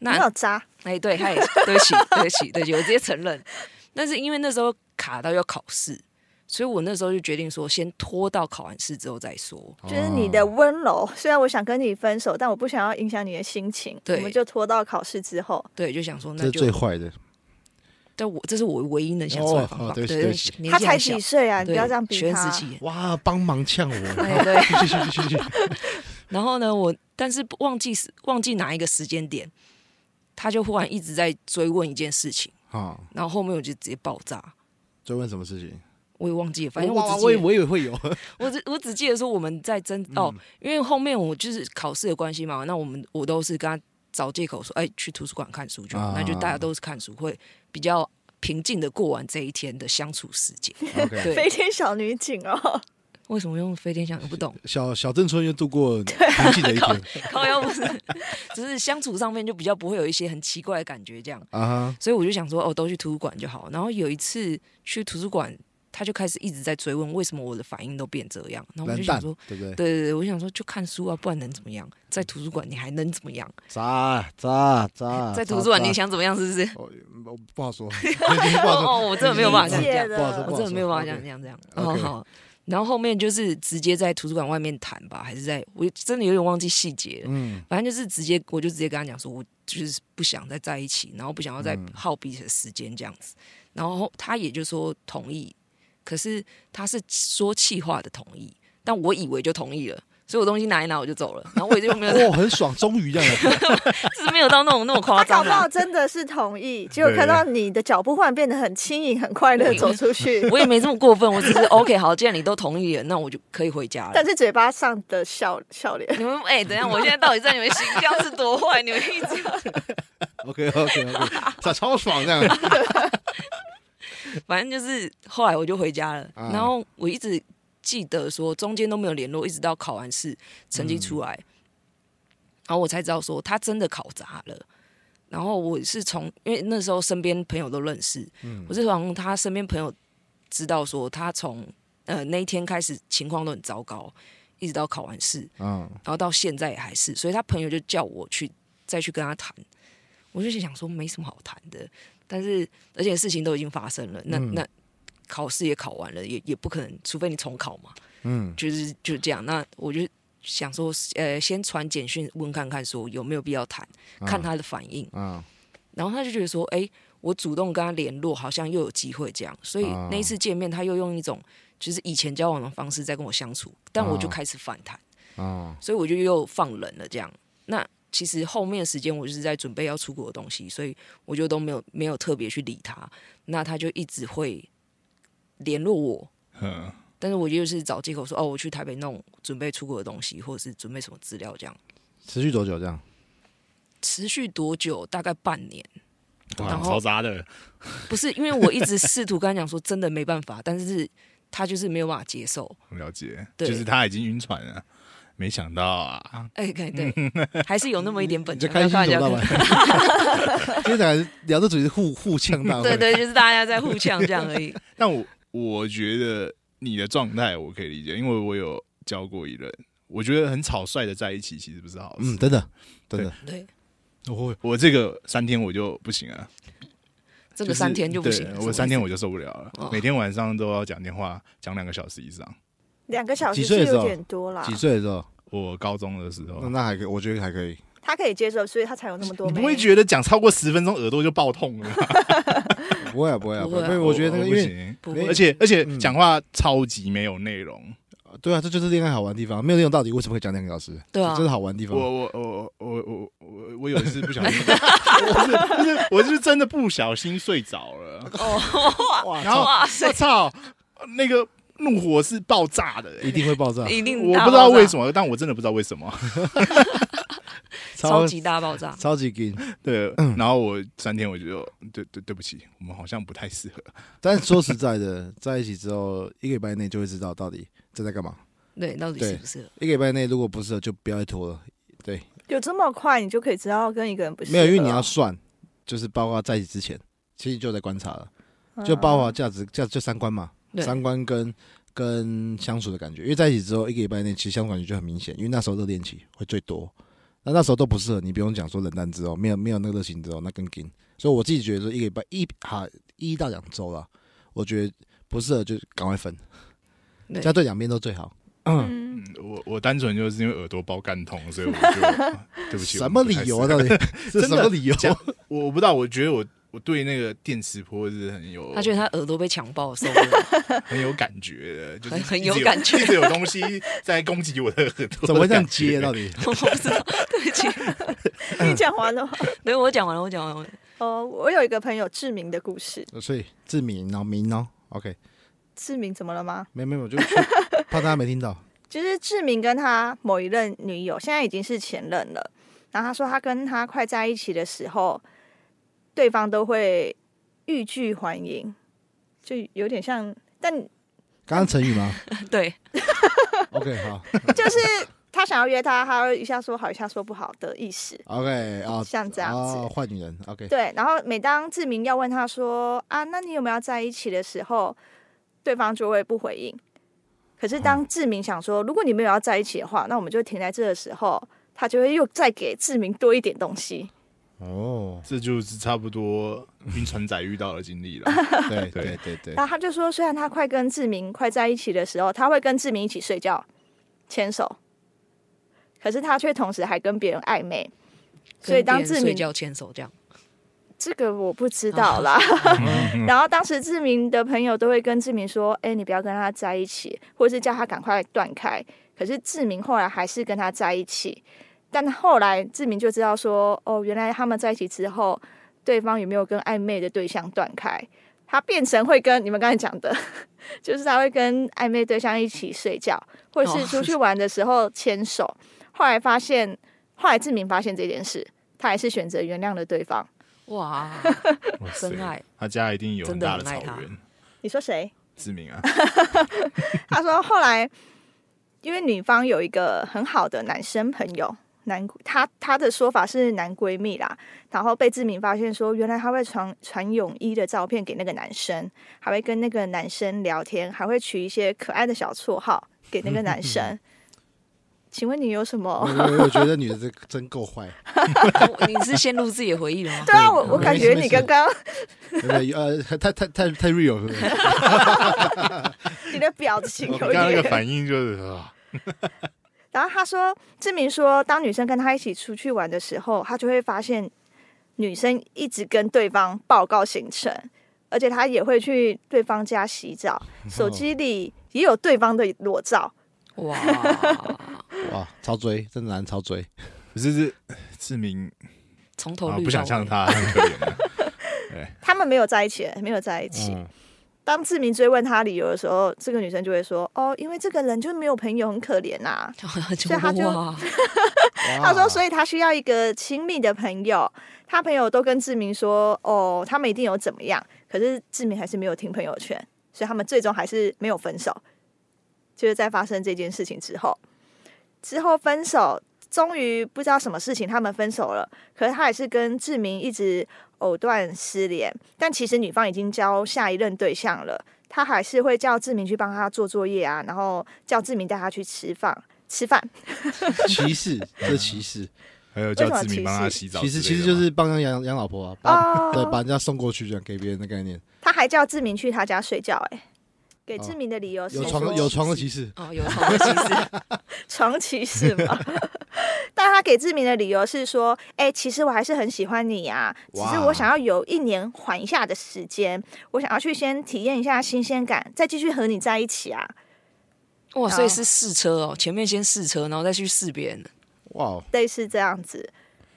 [SPEAKER 3] 你
[SPEAKER 5] 啊
[SPEAKER 4] 那
[SPEAKER 3] 好渣，
[SPEAKER 4] 哎，对，他也是对不起，对不起，对不起，我直接承认。但是因为那时候卡到要考试，所以我那时候就决定说，先拖到考完试之后再说。
[SPEAKER 3] 就是你的温柔。虽然我想跟你分手，但我不想要影响你的心情，我
[SPEAKER 4] 对
[SPEAKER 3] 们就拖到考试之后。
[SPEAKER 4] 对，就想说
[SPEAKER 2] 这
[SPEAKER 4] 那
[SPEAKER 2] 是最
[SPEAKER 4] 就，
[SPEAKER 2] 坏的，
[SPEAKER 4] 但我这是我唯一能想出来的
[SPEAKER 2] 哦
[SPEAKER 4] 方
[SPEAKER 2] 哦
[SPEAKER 4] 法。
[SPEAKER 2] 对不起对
[SPEAKER 4] 对
[SPEAKER 2] 不起，
[SPEAKER 4] 年纪
[SPEAKER 3] 他才
[SPEAKER 4] 还小
[SPEAKER 3] 几岁啊，你不
[SPEAKER 4] 对
[SPEAKER 3] 要这样逼
[SPEAKER 4] 学
[SPEAKER 3] 他
[SPEAKER 4] 生
[SPEAKER 3] 啊。
[SPEAKER 4] 时 期。
[SPEAKER 2] 哇，帮忙呛我，
[SPEAKER 4] 哎，对。
[SPEAKER 2] 继续继续继续，
[SPEAKER 4] 然后呢，我但是忘记时忘记哪一个时间点，他就忽然一直在追问一件事情，
[SPEAKER 2] 好，
[SPEAKER 4] 然后后面我就直接爆炸。
[SPEAKER 2] 追问什么事情？
[SPEAKER 4] 我也忘记了，反正
[SPEAKER 2] 哇
[SPEAKER 4] 我只
[SPEAKER 2] 我以
[SPEAKER 4] 记得
[SPEAKER 2] 我以为会有，
[SPEAKER 4] 我只我只记得说我们在争
[SPEAKER 2] 嗯
[SPEAKER 4] 哦，因为后面我就是考试的关系嘛，那我们我都是跟他找借口说，哎，去图书馆看书就好，
[SPEAKER 2] 啊
[SPEAKER 4] 那就大家都是看书，会比较平静的过完这一天的相处时间。
[SPEAKER 2] OK
[SPEAKER 4] 对，
[SPEAKER 3] 飞天小女警哦，
[SPEAKER 4] 为什么用飞天想？我不懂，
[SPEAKER 2] 小小郑春又度过平静的一天
[SPEAKER 4] 靠腰不是， 只是相处上面就比较不会有一些很奇怪的感觉这样。
[SPEAKER 2] 啊哈，
[SPEAKER 4] 所以我就想说，哦，都去图书馆就好。然后有一次去图书馆，他就开始一直在追问为什么我的反应都变这样。然后我
[SPEAKER 2] 冷
[SPEAKER 4] 就想
[SPEAKER 2] 淡
[SPEAKER 4] 说，，
[SPEAKER 2] 对不
[SPEAKER 4] 对
[SPEAKER 2] 对？
[SPEAKER 4] 对对，我想说就看书啊，不然能怎么样？在图书馆你还能怎么样？
[SPEAKER 2] 渣渣渣，
[SPEAKER 4] 哎在图书馆
[SPEAKER 2] 渣
[SPEAKER 4] 你想怎么样？是不是？
[SPEAKER 2] 哦，我不好说，不好说，
[SPEAKER 4] 哦， 我真的没有办法这样
[SPEAKER 3] 理
[SPEAKER 4] 讲
[SPEAKER 3] 解，
[SPEAKER 2] 不好说，
[SPEAKER 4] 我真的没有办法这样这样这样。哦
[SPEAKER 2] OK
[SPEAKER 4] 好，然后后面就是直接在图书馆外面谈吧，还是在我真的有点忘记细节了。
[SPEAKER 2] 嗯，
[SPEAKER 4] 反正就是直接，我就直接跟他讲说，我就是不想再在一起，然后不想要再耗彼此的时间这样子。然后他也就说同意，可是他是说气话的同意，但我以为就同意了，所以我东西拿一拿我就走了，然后我也就 没有，
[SPEAKER 2] 哦，很爽，终于这样了。
[SPEAKER 4] 就是没有到那种那么 夸
[SPEAKER 3] 他
[SPEAKER 4] 张
[SPEAKER 3] 搞不
[SPEAKER 4] 啊
[SPEAKER 3] 好。真的是同意，结果看到你的脚步忽然变得很轻盈、很快乐
[SPEAKER 4] 对
[SPEAKER 3] 走出去，
[SPEAKER 4] 我也没这么过分，我只是 OK 好，既然你都同意了，那我就可以回家了
[SPEAKER 3] 但。是嘴巴上的笑笑脸，
[SPEAKER 4] 你们哎、等一下，我现在到底在你们形象是多坏？你们一直
[SPEAKER 2] OK OK OK，超超爽这样。
[SPEAKER 4] 反正就是后来我就回家了，
[SPEAKER 2] 啊
[SPEAKER 4] 然后我一直记得说中间都没有联络，一直到考完试成绩出来，然后我才知道说他真的考砸了。然后我是从因为那时候身边朋友都认识，我是从他身边朋友知道说他从呃那一天开始情况都很糟糕，一直到考完试，
[SPEAKER 2] 嗯，
[SPEAKER 4] 然后到现在也还是，所以他朋友就叫我去再去跟他谈，我就想说没什么好谈的，但是而且事情都已经发生了，那、
[SPEAKER 2] 嗯
[SPEAKER 4] 那考试也考完了，也也不可能，除非你重考嘛，
[SPEAKER 2] 嗯，
[SPEAKER 4] 就是就这样。那我就想说，呃，先传简讯问看看，说有没有必要谈，
[SPEAKER 2] 嗯
[SPEAKER 4] 看他的反应。
[SPEAKER 2] 啊，
[SPEAKER 4] 然后他就觉得说，哎、我主动跟他联络，好像又有机会这样。所以
[SPEAKER 2] 啊
[SPEAKER 4] 那一次见面，他又用一种就是以前交往的方式在跟我相处，但我就
[SPEAKER 2] 啊
[SPEAKER 4] 开始反弹。
[SPEAKER 2] 哦，
[SPEAKER 4] 所以我就又放冷了这样。那其实后面的时间我就是在准备要出国的东西，所以我就都没有没有特别去理他。那他就一直会联络我，
[SPEAKER 5] 嗯，
[SPEAKER 4] 但是我就是找借口说哦，我去台北弄准备出国的东西，或者是准备什么资料这样。
[SPEAKER 2] 持续多久这样？
[SPEAKER 4] 持续多久？大概半年。
[SPEAKER 5] 哇，
[SPEAKER 4] 然后
[SPEAKER 5] 超渣的，
[SPEAKER 4] 不是因为我一直试图跟他讲说真的没办法，但是他就是没有办法接受。
[SPEAKER 5] 我了解，
[SPEAKER 4] 对
[SPEAKER 5] 就是他已经晕船了，没想到啊，
[SPEAKER 4] 哎，对 对，还是有那么一点本
[SPEAKER 2] 你
[SPEAKER 4] 钱。
[SPEAKER 2] 就开心
[SPEAKER 4] 开玩
[SPEAKER 2] 走
[SPEAKER 4] 笑
[SPEAKER 2] 到吧。 今天大家聊的主题是互互呛大会，
[SPEAKER 4] 对对，就是大家在互呛这样而已。
[SPEAKER 5] 但我我觉得你的状态我可以理解，因为我有教过一任，我觉得很草率的在一起其实不是好事。
[SPEAKER 2] 嗯，真的真的，
[SPEAKER 4] 对，
[SPEAKER 2] 我
[SPEAKER 5] 我这个三天我就不行啊，
[SPEAKER 4] 这
[SPEAKER 5] 就
[SPEAKER 4] 个
[SPEAKER 5] 是
[SPEAKER 4] 三天就不行
[SPEAKER 5] 对
[SPEAKER 4] 了。
[SPEAKER 5] 我三天我就受不了了，
[SPEAKER 4] 哦
[SPEAKER 5] 每天晚上都要讲电话，讲两个小时以上。
[SPEAKER 3] 两个小时
[SPEAKER 2] 几岁的
[SPEAKER 3] 是
[SPEAKER 2] 时候
[SPEAKER 3] 有点多 啦
[SPEAKER 2] 几。岁的时候，
[SPEAKER 5] 我高中的时候
[SPEAKER 2] 那，那还可以，我觉得还可以。
[SPEAKER 3] 他可以接受，所以他才有那么多
[SPEAKER 5] 你
[SPEAKER 3] 妹。
[SPEAKER 5] 不会觉得讲超过十分钟耳朵就爆痛了吗？哦
[SPEAKER 2] 不会啊，不会啊，
[SPEAKER 4] 不
[SPEAKER 2] 不
[SPEAKER 4] 会啊
[SPEAKER 2] 会。我觉得那个，因
[SPEAKER 5] 不
[SPEAKER 2] 为
[SPEAKER 5] 行，
[SPEAKER 4] 不
[SPEAKER 2] 没
[SPEAKER 4] 会
[SPEAKER 5] 而且而且
[SPEAKER 2] 嗯
[SPEAKER 5] 讲话超级没有内容。
[SPEAKER 2] 对啊，这就是恋爱好玩的地方，没有那种到底为什么会讲两个小时？
[SPEAKER 4] 对啊
[SPEAKER 2] 这是 好玩的地方。
[SPEAKER 5] 我我我我我我我有一次不小 心，我是不是我是真的不小心睡着了。
[SPEAKER 4] 哦
[SPEAKER 2] 哇
[SPEAKER 5] 然后
[SPEAKER 4] 哇
[SPEAKER 5] 我操，那个怒火是爆炸的、
[SPEAKER 2] 一
[SPEAKER 5] 欸，
[SPEAKER 2] 定会爆炸，
[SPEAKER 4] 一定
[SPEAKER 5] 我
[SPEAKER 4] 大
[SPEAKER 5] 不知道
[SPEAKER 4] 爆炸
[SPEAKER 5] 为什，么，但我真的不知道为什么。
[SPEAKER 4] 超级大爆炸。
[SPEAKER 2] 超级劲。
[SPEAKER 5] 对，然后我三天我就对对对不起，我们好像不太适合。
[SPEAKER 2] 但是说实在的， 在一起之后一个礼拜内就会知道到底正在干嘛。
[SPEAKER 4] 对，到底
[SPEAKER 2] 对
[SPEAKER 4] 是不是？
[SPEAKER 2] 一个礼拜内如果不适合，就不要再拖了。对，
[SPEAKER 3] 有这么快，你就可以知道跟一个人不适合
[SPEAKER 2] 没有，因为你要算，就是包括在一起之前，其实就在观察了，就包括价值、价值就三观嘛，
[SPEAKER 4] 对
[SPEAKER 2] 三观跟跟相处的感觉。因为在一起之后一个礼拜内，其实相处感觉就很明显，因为那时候热恋期会最多。那那时候都不适合，你不用讲说冷淡之后，没有没有那个热情之后，那更紧。所以我自己觉得说一个礼拜一哈一到两周啦，我觉得不适合就赶快分，
[SPEAKER 4] 对
[SPEAKER 2] 这样对两边都最好。
[SPEAKER 3] 嗯，
[SPEAKER 5] 嗯，我我单纯就是因为耳朵爆干痛，所以我就对不起。
[SPEAKER 2] 什么理由啊？到底是
[SPEAKER 5] 真的
[SPEAKER 2] 什么理由？
[SPEAKER 5] 讲我我不知道，我觉得我我对那个电磁波是 很有，
[SPEAKER 4] 他觉得他耳朵被强暴，受不了。
[SPEAKER 5] 很有感觉的，就是
[SPEAKER 4] 很很
[SPEAKER 5] 一直
[SPEAKER 4] 有感觉
[SPEAKER 5] 一直有东西在攻击我的耳朵。
[SPEAKER 2] 怎么会这样接？啊到？底？
[SPEAKER 4] 我不知道，对不起。
[SPEAKER 2] 嗯
[SPEAKER 3] 你讲完了吗？
[SPEAKER 4] 对，我讲完了，我讲完了。
[SPEAKER 3] 哦，我有一个朋友志明的故事，
[SPEAKER 2] 所以志明哦，明哦，OK，
[SPEAKER 3] 志明怎么了吗？
[SPEAKER 2] 没有没有，我就 怕大家没听到。
[SPEAKER 3] 就是志明跟他某一任女友，现在已经是前任了。然后他说，他跟他快在一起的时候，对方都会欲拒还迎，就有点像，但
[SPEAKER 2] 刚刚成语 吗
[SPEAKER 4] 对，
[SPEAKER 2] ？OK，好
[SPEAKER 3] 就是他想要约他，他会一下说好，一下说不好的 意思，
[SPEAKER 2] ，OK 啊，
[SPEAKER 3] 像这样子。
[SPEAKER 2] 啊，坏女人，OK，
[SPEAKER 3] 对，然后每当志明要问他说啊，那你有没有要在一起的时候，对方就会不回应。可是
[SPEAKER 4] 哦
[SPEAKER 3] 当志明想说，如果你没有要在一起的话，那我们就停在这的时候，他就会又再给志明多一点东西。
[SPEAKER 2] 哦，
[SPEAKER 5] 这就是差不多晕船仔遇到的经历了。
[SPEAKER 2] 对对
[SPEAKER 5] 对
[SPEAKER 2] 对对，
[SPEAKER 3] 然后他就说，虽然他快跟志明快在一起的时候，他会跟志明一起睡觉、牵手，可是他却同时还跟别人暧昧。所以当
[SPEAKER 4] 跟别
[SPEAKER 3] 志
[SPEAKER 4] 人睡
[SPEAKER 3] 明
[SPEAKER 4] 觉哦牵手这样，
[SPEAKER 3] 这个我不知道啦。
[SPEAKER 5] 嗯
[SPEAKER 3] 然后当时志明的朋友都会跟志明说：“哎、你不要跟他在一起，或者是叫他赶快断开。”可是志明后来还是跟他在一起，但后来志明就知道说，哦，原来他们在一起之后，对方也没有跟暧昧的对象断开，他变成会跟你们刚才讲的， 就是他会跟暧昧对象一起睡觉，或者是出去玩的时候牵手。后来发现，后来志明发现这件事，他还是选择原谅了对方。
[SPEAKER 4] 哇，
[SPEAKER 5] 哇
[SPEAKER 4] 真爱，
[SPEAKER 5] 他家一定有很大的草
[SPEAKER 4] 真的很爱
[SPEAKER 5] 原。
[SPEAKER 3] 你说谁？
[SPEAKER 5] 志明啊，
[SPEAKER 3] 他说后来，因为女方有一个很好的男生朋友，男她她的说法是男闺蜜啦，然后被志明发现说，原来她会传传泳衣的照片给那个男生，还会跟那个男生聊天，还会取一些可爱的小绰号给那个男 生。请问你有什么？
[SPEAKER 2] 我我我觉得女的这真够坏，
[SPEAKER 4] 你是陷入自己的回忆了吗？
[SPEAKER 3] 对啊，我我
[SPEAKER 2] 没
[SPEAKER 3] 感
[SPEAKER 2] 事
[SPEAKER 3] 觉
[SPEAKER 2] 没
[SPEAKER 3] 你
[SPEAKER 2] 事
[SPEAKER 3] 刚刚
[SPEAKER 2] 对不对？ 呃，太太太太 real 了对不对。
[SPEAKER 3] 你的表情
[SPEAKER 5] 我
[SPEAKER 3] 有
[SPEAKER 5] 刚刚那
[SPEAKER 3] 点
[SPEAKER 5] 个反应就是啊，
[SPEAKER 3] 然后他说，志明说，当女生跟他一起出去玩的时候，他就会发现女生一直跟对方报告行程，而且他也会去对方家洗澡，
[SPEAKER 2] 嗯
[SPEAKER 3] 手机里也有对方的裸照。
[SPEAKER 4] 哇，
[SPEAKER 2] 哦哇，超追，真的难超追。
[SPEAKER 5] 可是 是志明
[SPEAKER 4] 从头
[SPEAKER 5] 啊，
[SPEAKER 4] 绿
[SPEAKER 5] 不想
[SPEAKER 4] 到
[SPEAKER 5] 像
[SPEAKER 4] 尾
[SPEAKER 5] 他，很可怜啊。
[SPEAKER 3] 他们没有在一起，没有在一起。
[SPEAKER 5] 嗯
[SPEAKER 3] 当志明追问他理由的时候，这个女生就会说：“哦，因为这个人就没有朋友，很可怜啊呐、 所以他就
[SPEAKER 4] 哇，
[SPEAKER 3] 他
[SPEAKER 2] 哦
[SPEAKER 3] 说，所以他需要一个亲密的朋友。他朋友都跟志明说，哦，他们一定有怎么样。可是志明还是没有听朋友圈，所以他们最终还是没有分手。就是在发生这件事情之后，之后分手，终于不知道什么事情他们分手了。可是他也是跟志明一直藕断丝连，但其实女方已经交下一任对象了。他还是会叫志明去帮他做作业啊，然后叫志明带他去吃饭，吃饭。
[SPEAKER 2] 歧视， 这是歧视，
[SPEAKER 5] 还有叫
[SPEAKER 3] 为什么
[SPEAKER 5] 志明帮他洗嗯澡之
[SPEAKER 2] 其
[SPEAKER 5] 类的
[SPEAKER 2] 实
[SPEAKER 5] 吗，
[SPEAKER 2] 其实就是帮人养养老婆啊，把
[SPEAKER 3] 哦
[SPEAKER 2] 对把人家送过去这样给别人的概念，
[SPEAKER 3] 他还叫志明去他家睡觉、哎，给
[SPEAKER 2] 哦
[SPEAKER 3] 志明的理由是
[SPEAKER 2] 有
[SPEAKER 3] 说
[SPEAKER 2] 床有床的歧视，
[SPEAKER 4] 哦，有同其实
[SPEAKER 3] 床歧视嘛？ 但他给志明的理由是说，哎、其实我还是很喜欢你啊，只是
[SPEAKER 2] 哇
[SPEAKER 3] 我想要有一年缓一下的时间，我想要去先体验一下新鲜感，再继续和你在一起啊。
[SPEAKER 4] 哇， 所以是试车哦，前面先试车，然后再去试别人的。
[SPEAKER 2] 哇哦，
[SPEAKER 3] 类似这样子，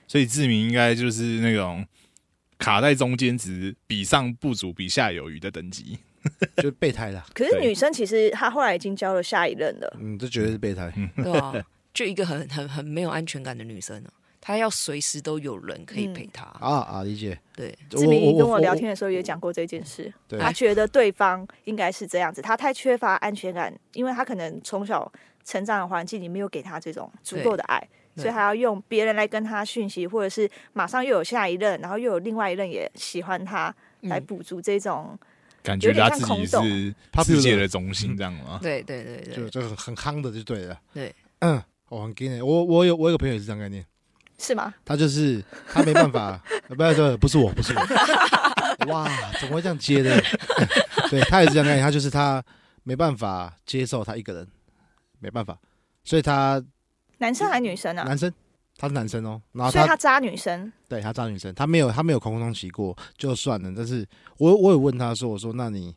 [SPEAKER 5] 所以志明应该就是那种卡在中间值，比上不足，比下有余的等级。
[SPEAKER 2] 就备胎啦，
[SPEAKER 3] 可是
[SPEAKER 5] 对
[SPEAKER 3] 女生其实她后来已经交了下一任了，
[SPEAKER 2] 嗯，这绝对是备胎，
[SPEAKER 4] 对啊， 就一个很很很没有安全感的女生呢、哦她要随时都有人可以
[SPEAKER 3] 嗯
[SPEAKER 4] 陪她。
[SPEAKER 2] 啊啊，理解。
[SPEAKER 4] 对，
[SPEAKER 3] 志明跟
[SPEAKER 2] 我
[SPEAKER 3] 我聊天，的时候也讲过这件事，
[SPEAKER 2] 对
[SPEAKER 3] 他觉得对方应该是这样子，他太缺乏安全感，因为他可能从小成长的环境里没有给他这种足够的爱，
[SPEAKER 4] 对
[SPEAKER 3] 所以他要用别人来跟他讯息，或者是马上又有下一任，然后又有另外一任也喜欢他，
[SPEAKER 2] 嗯
[SPEAKER 3] 来补足这种。
[SPEAKER 5] 感觉他自己
[SPEAKER 3] 有点像空
[SPEAKER 5] 是世界的中心，这样 吗？
[SPEAKER 4] 对对对
[SPEAKER 2] 就
[SPEAKER 4] 对，
[SPEAKER 2] 就很很夯的就对了。
[SPEAKER 4] 对，
[SPEAKER 2] 嗯，我很 gay 呢，我我有我有个朋友也是这样概念，
[SPEAKER 3] 是吗？
[SPEAKER 2] 他就是他没办 法，呃不是不是我不是我，哇，怎么会这样接的？ 对他也是这样概念，他就是他没办法接受他一个人，没办法，所以他
[SPEAKER 3] 男生还是女生啊？
[SPEAKER 2] 男生，他是男生哦，然后
[SPEAKER 3] 所以
[SPEAKER 2] 他
[SPEAKER 3] 他渣女生，
[SPEAKER 2] 对他渣女生，他没有他没有空空骑过就算了，但是我我有问他说，我说那你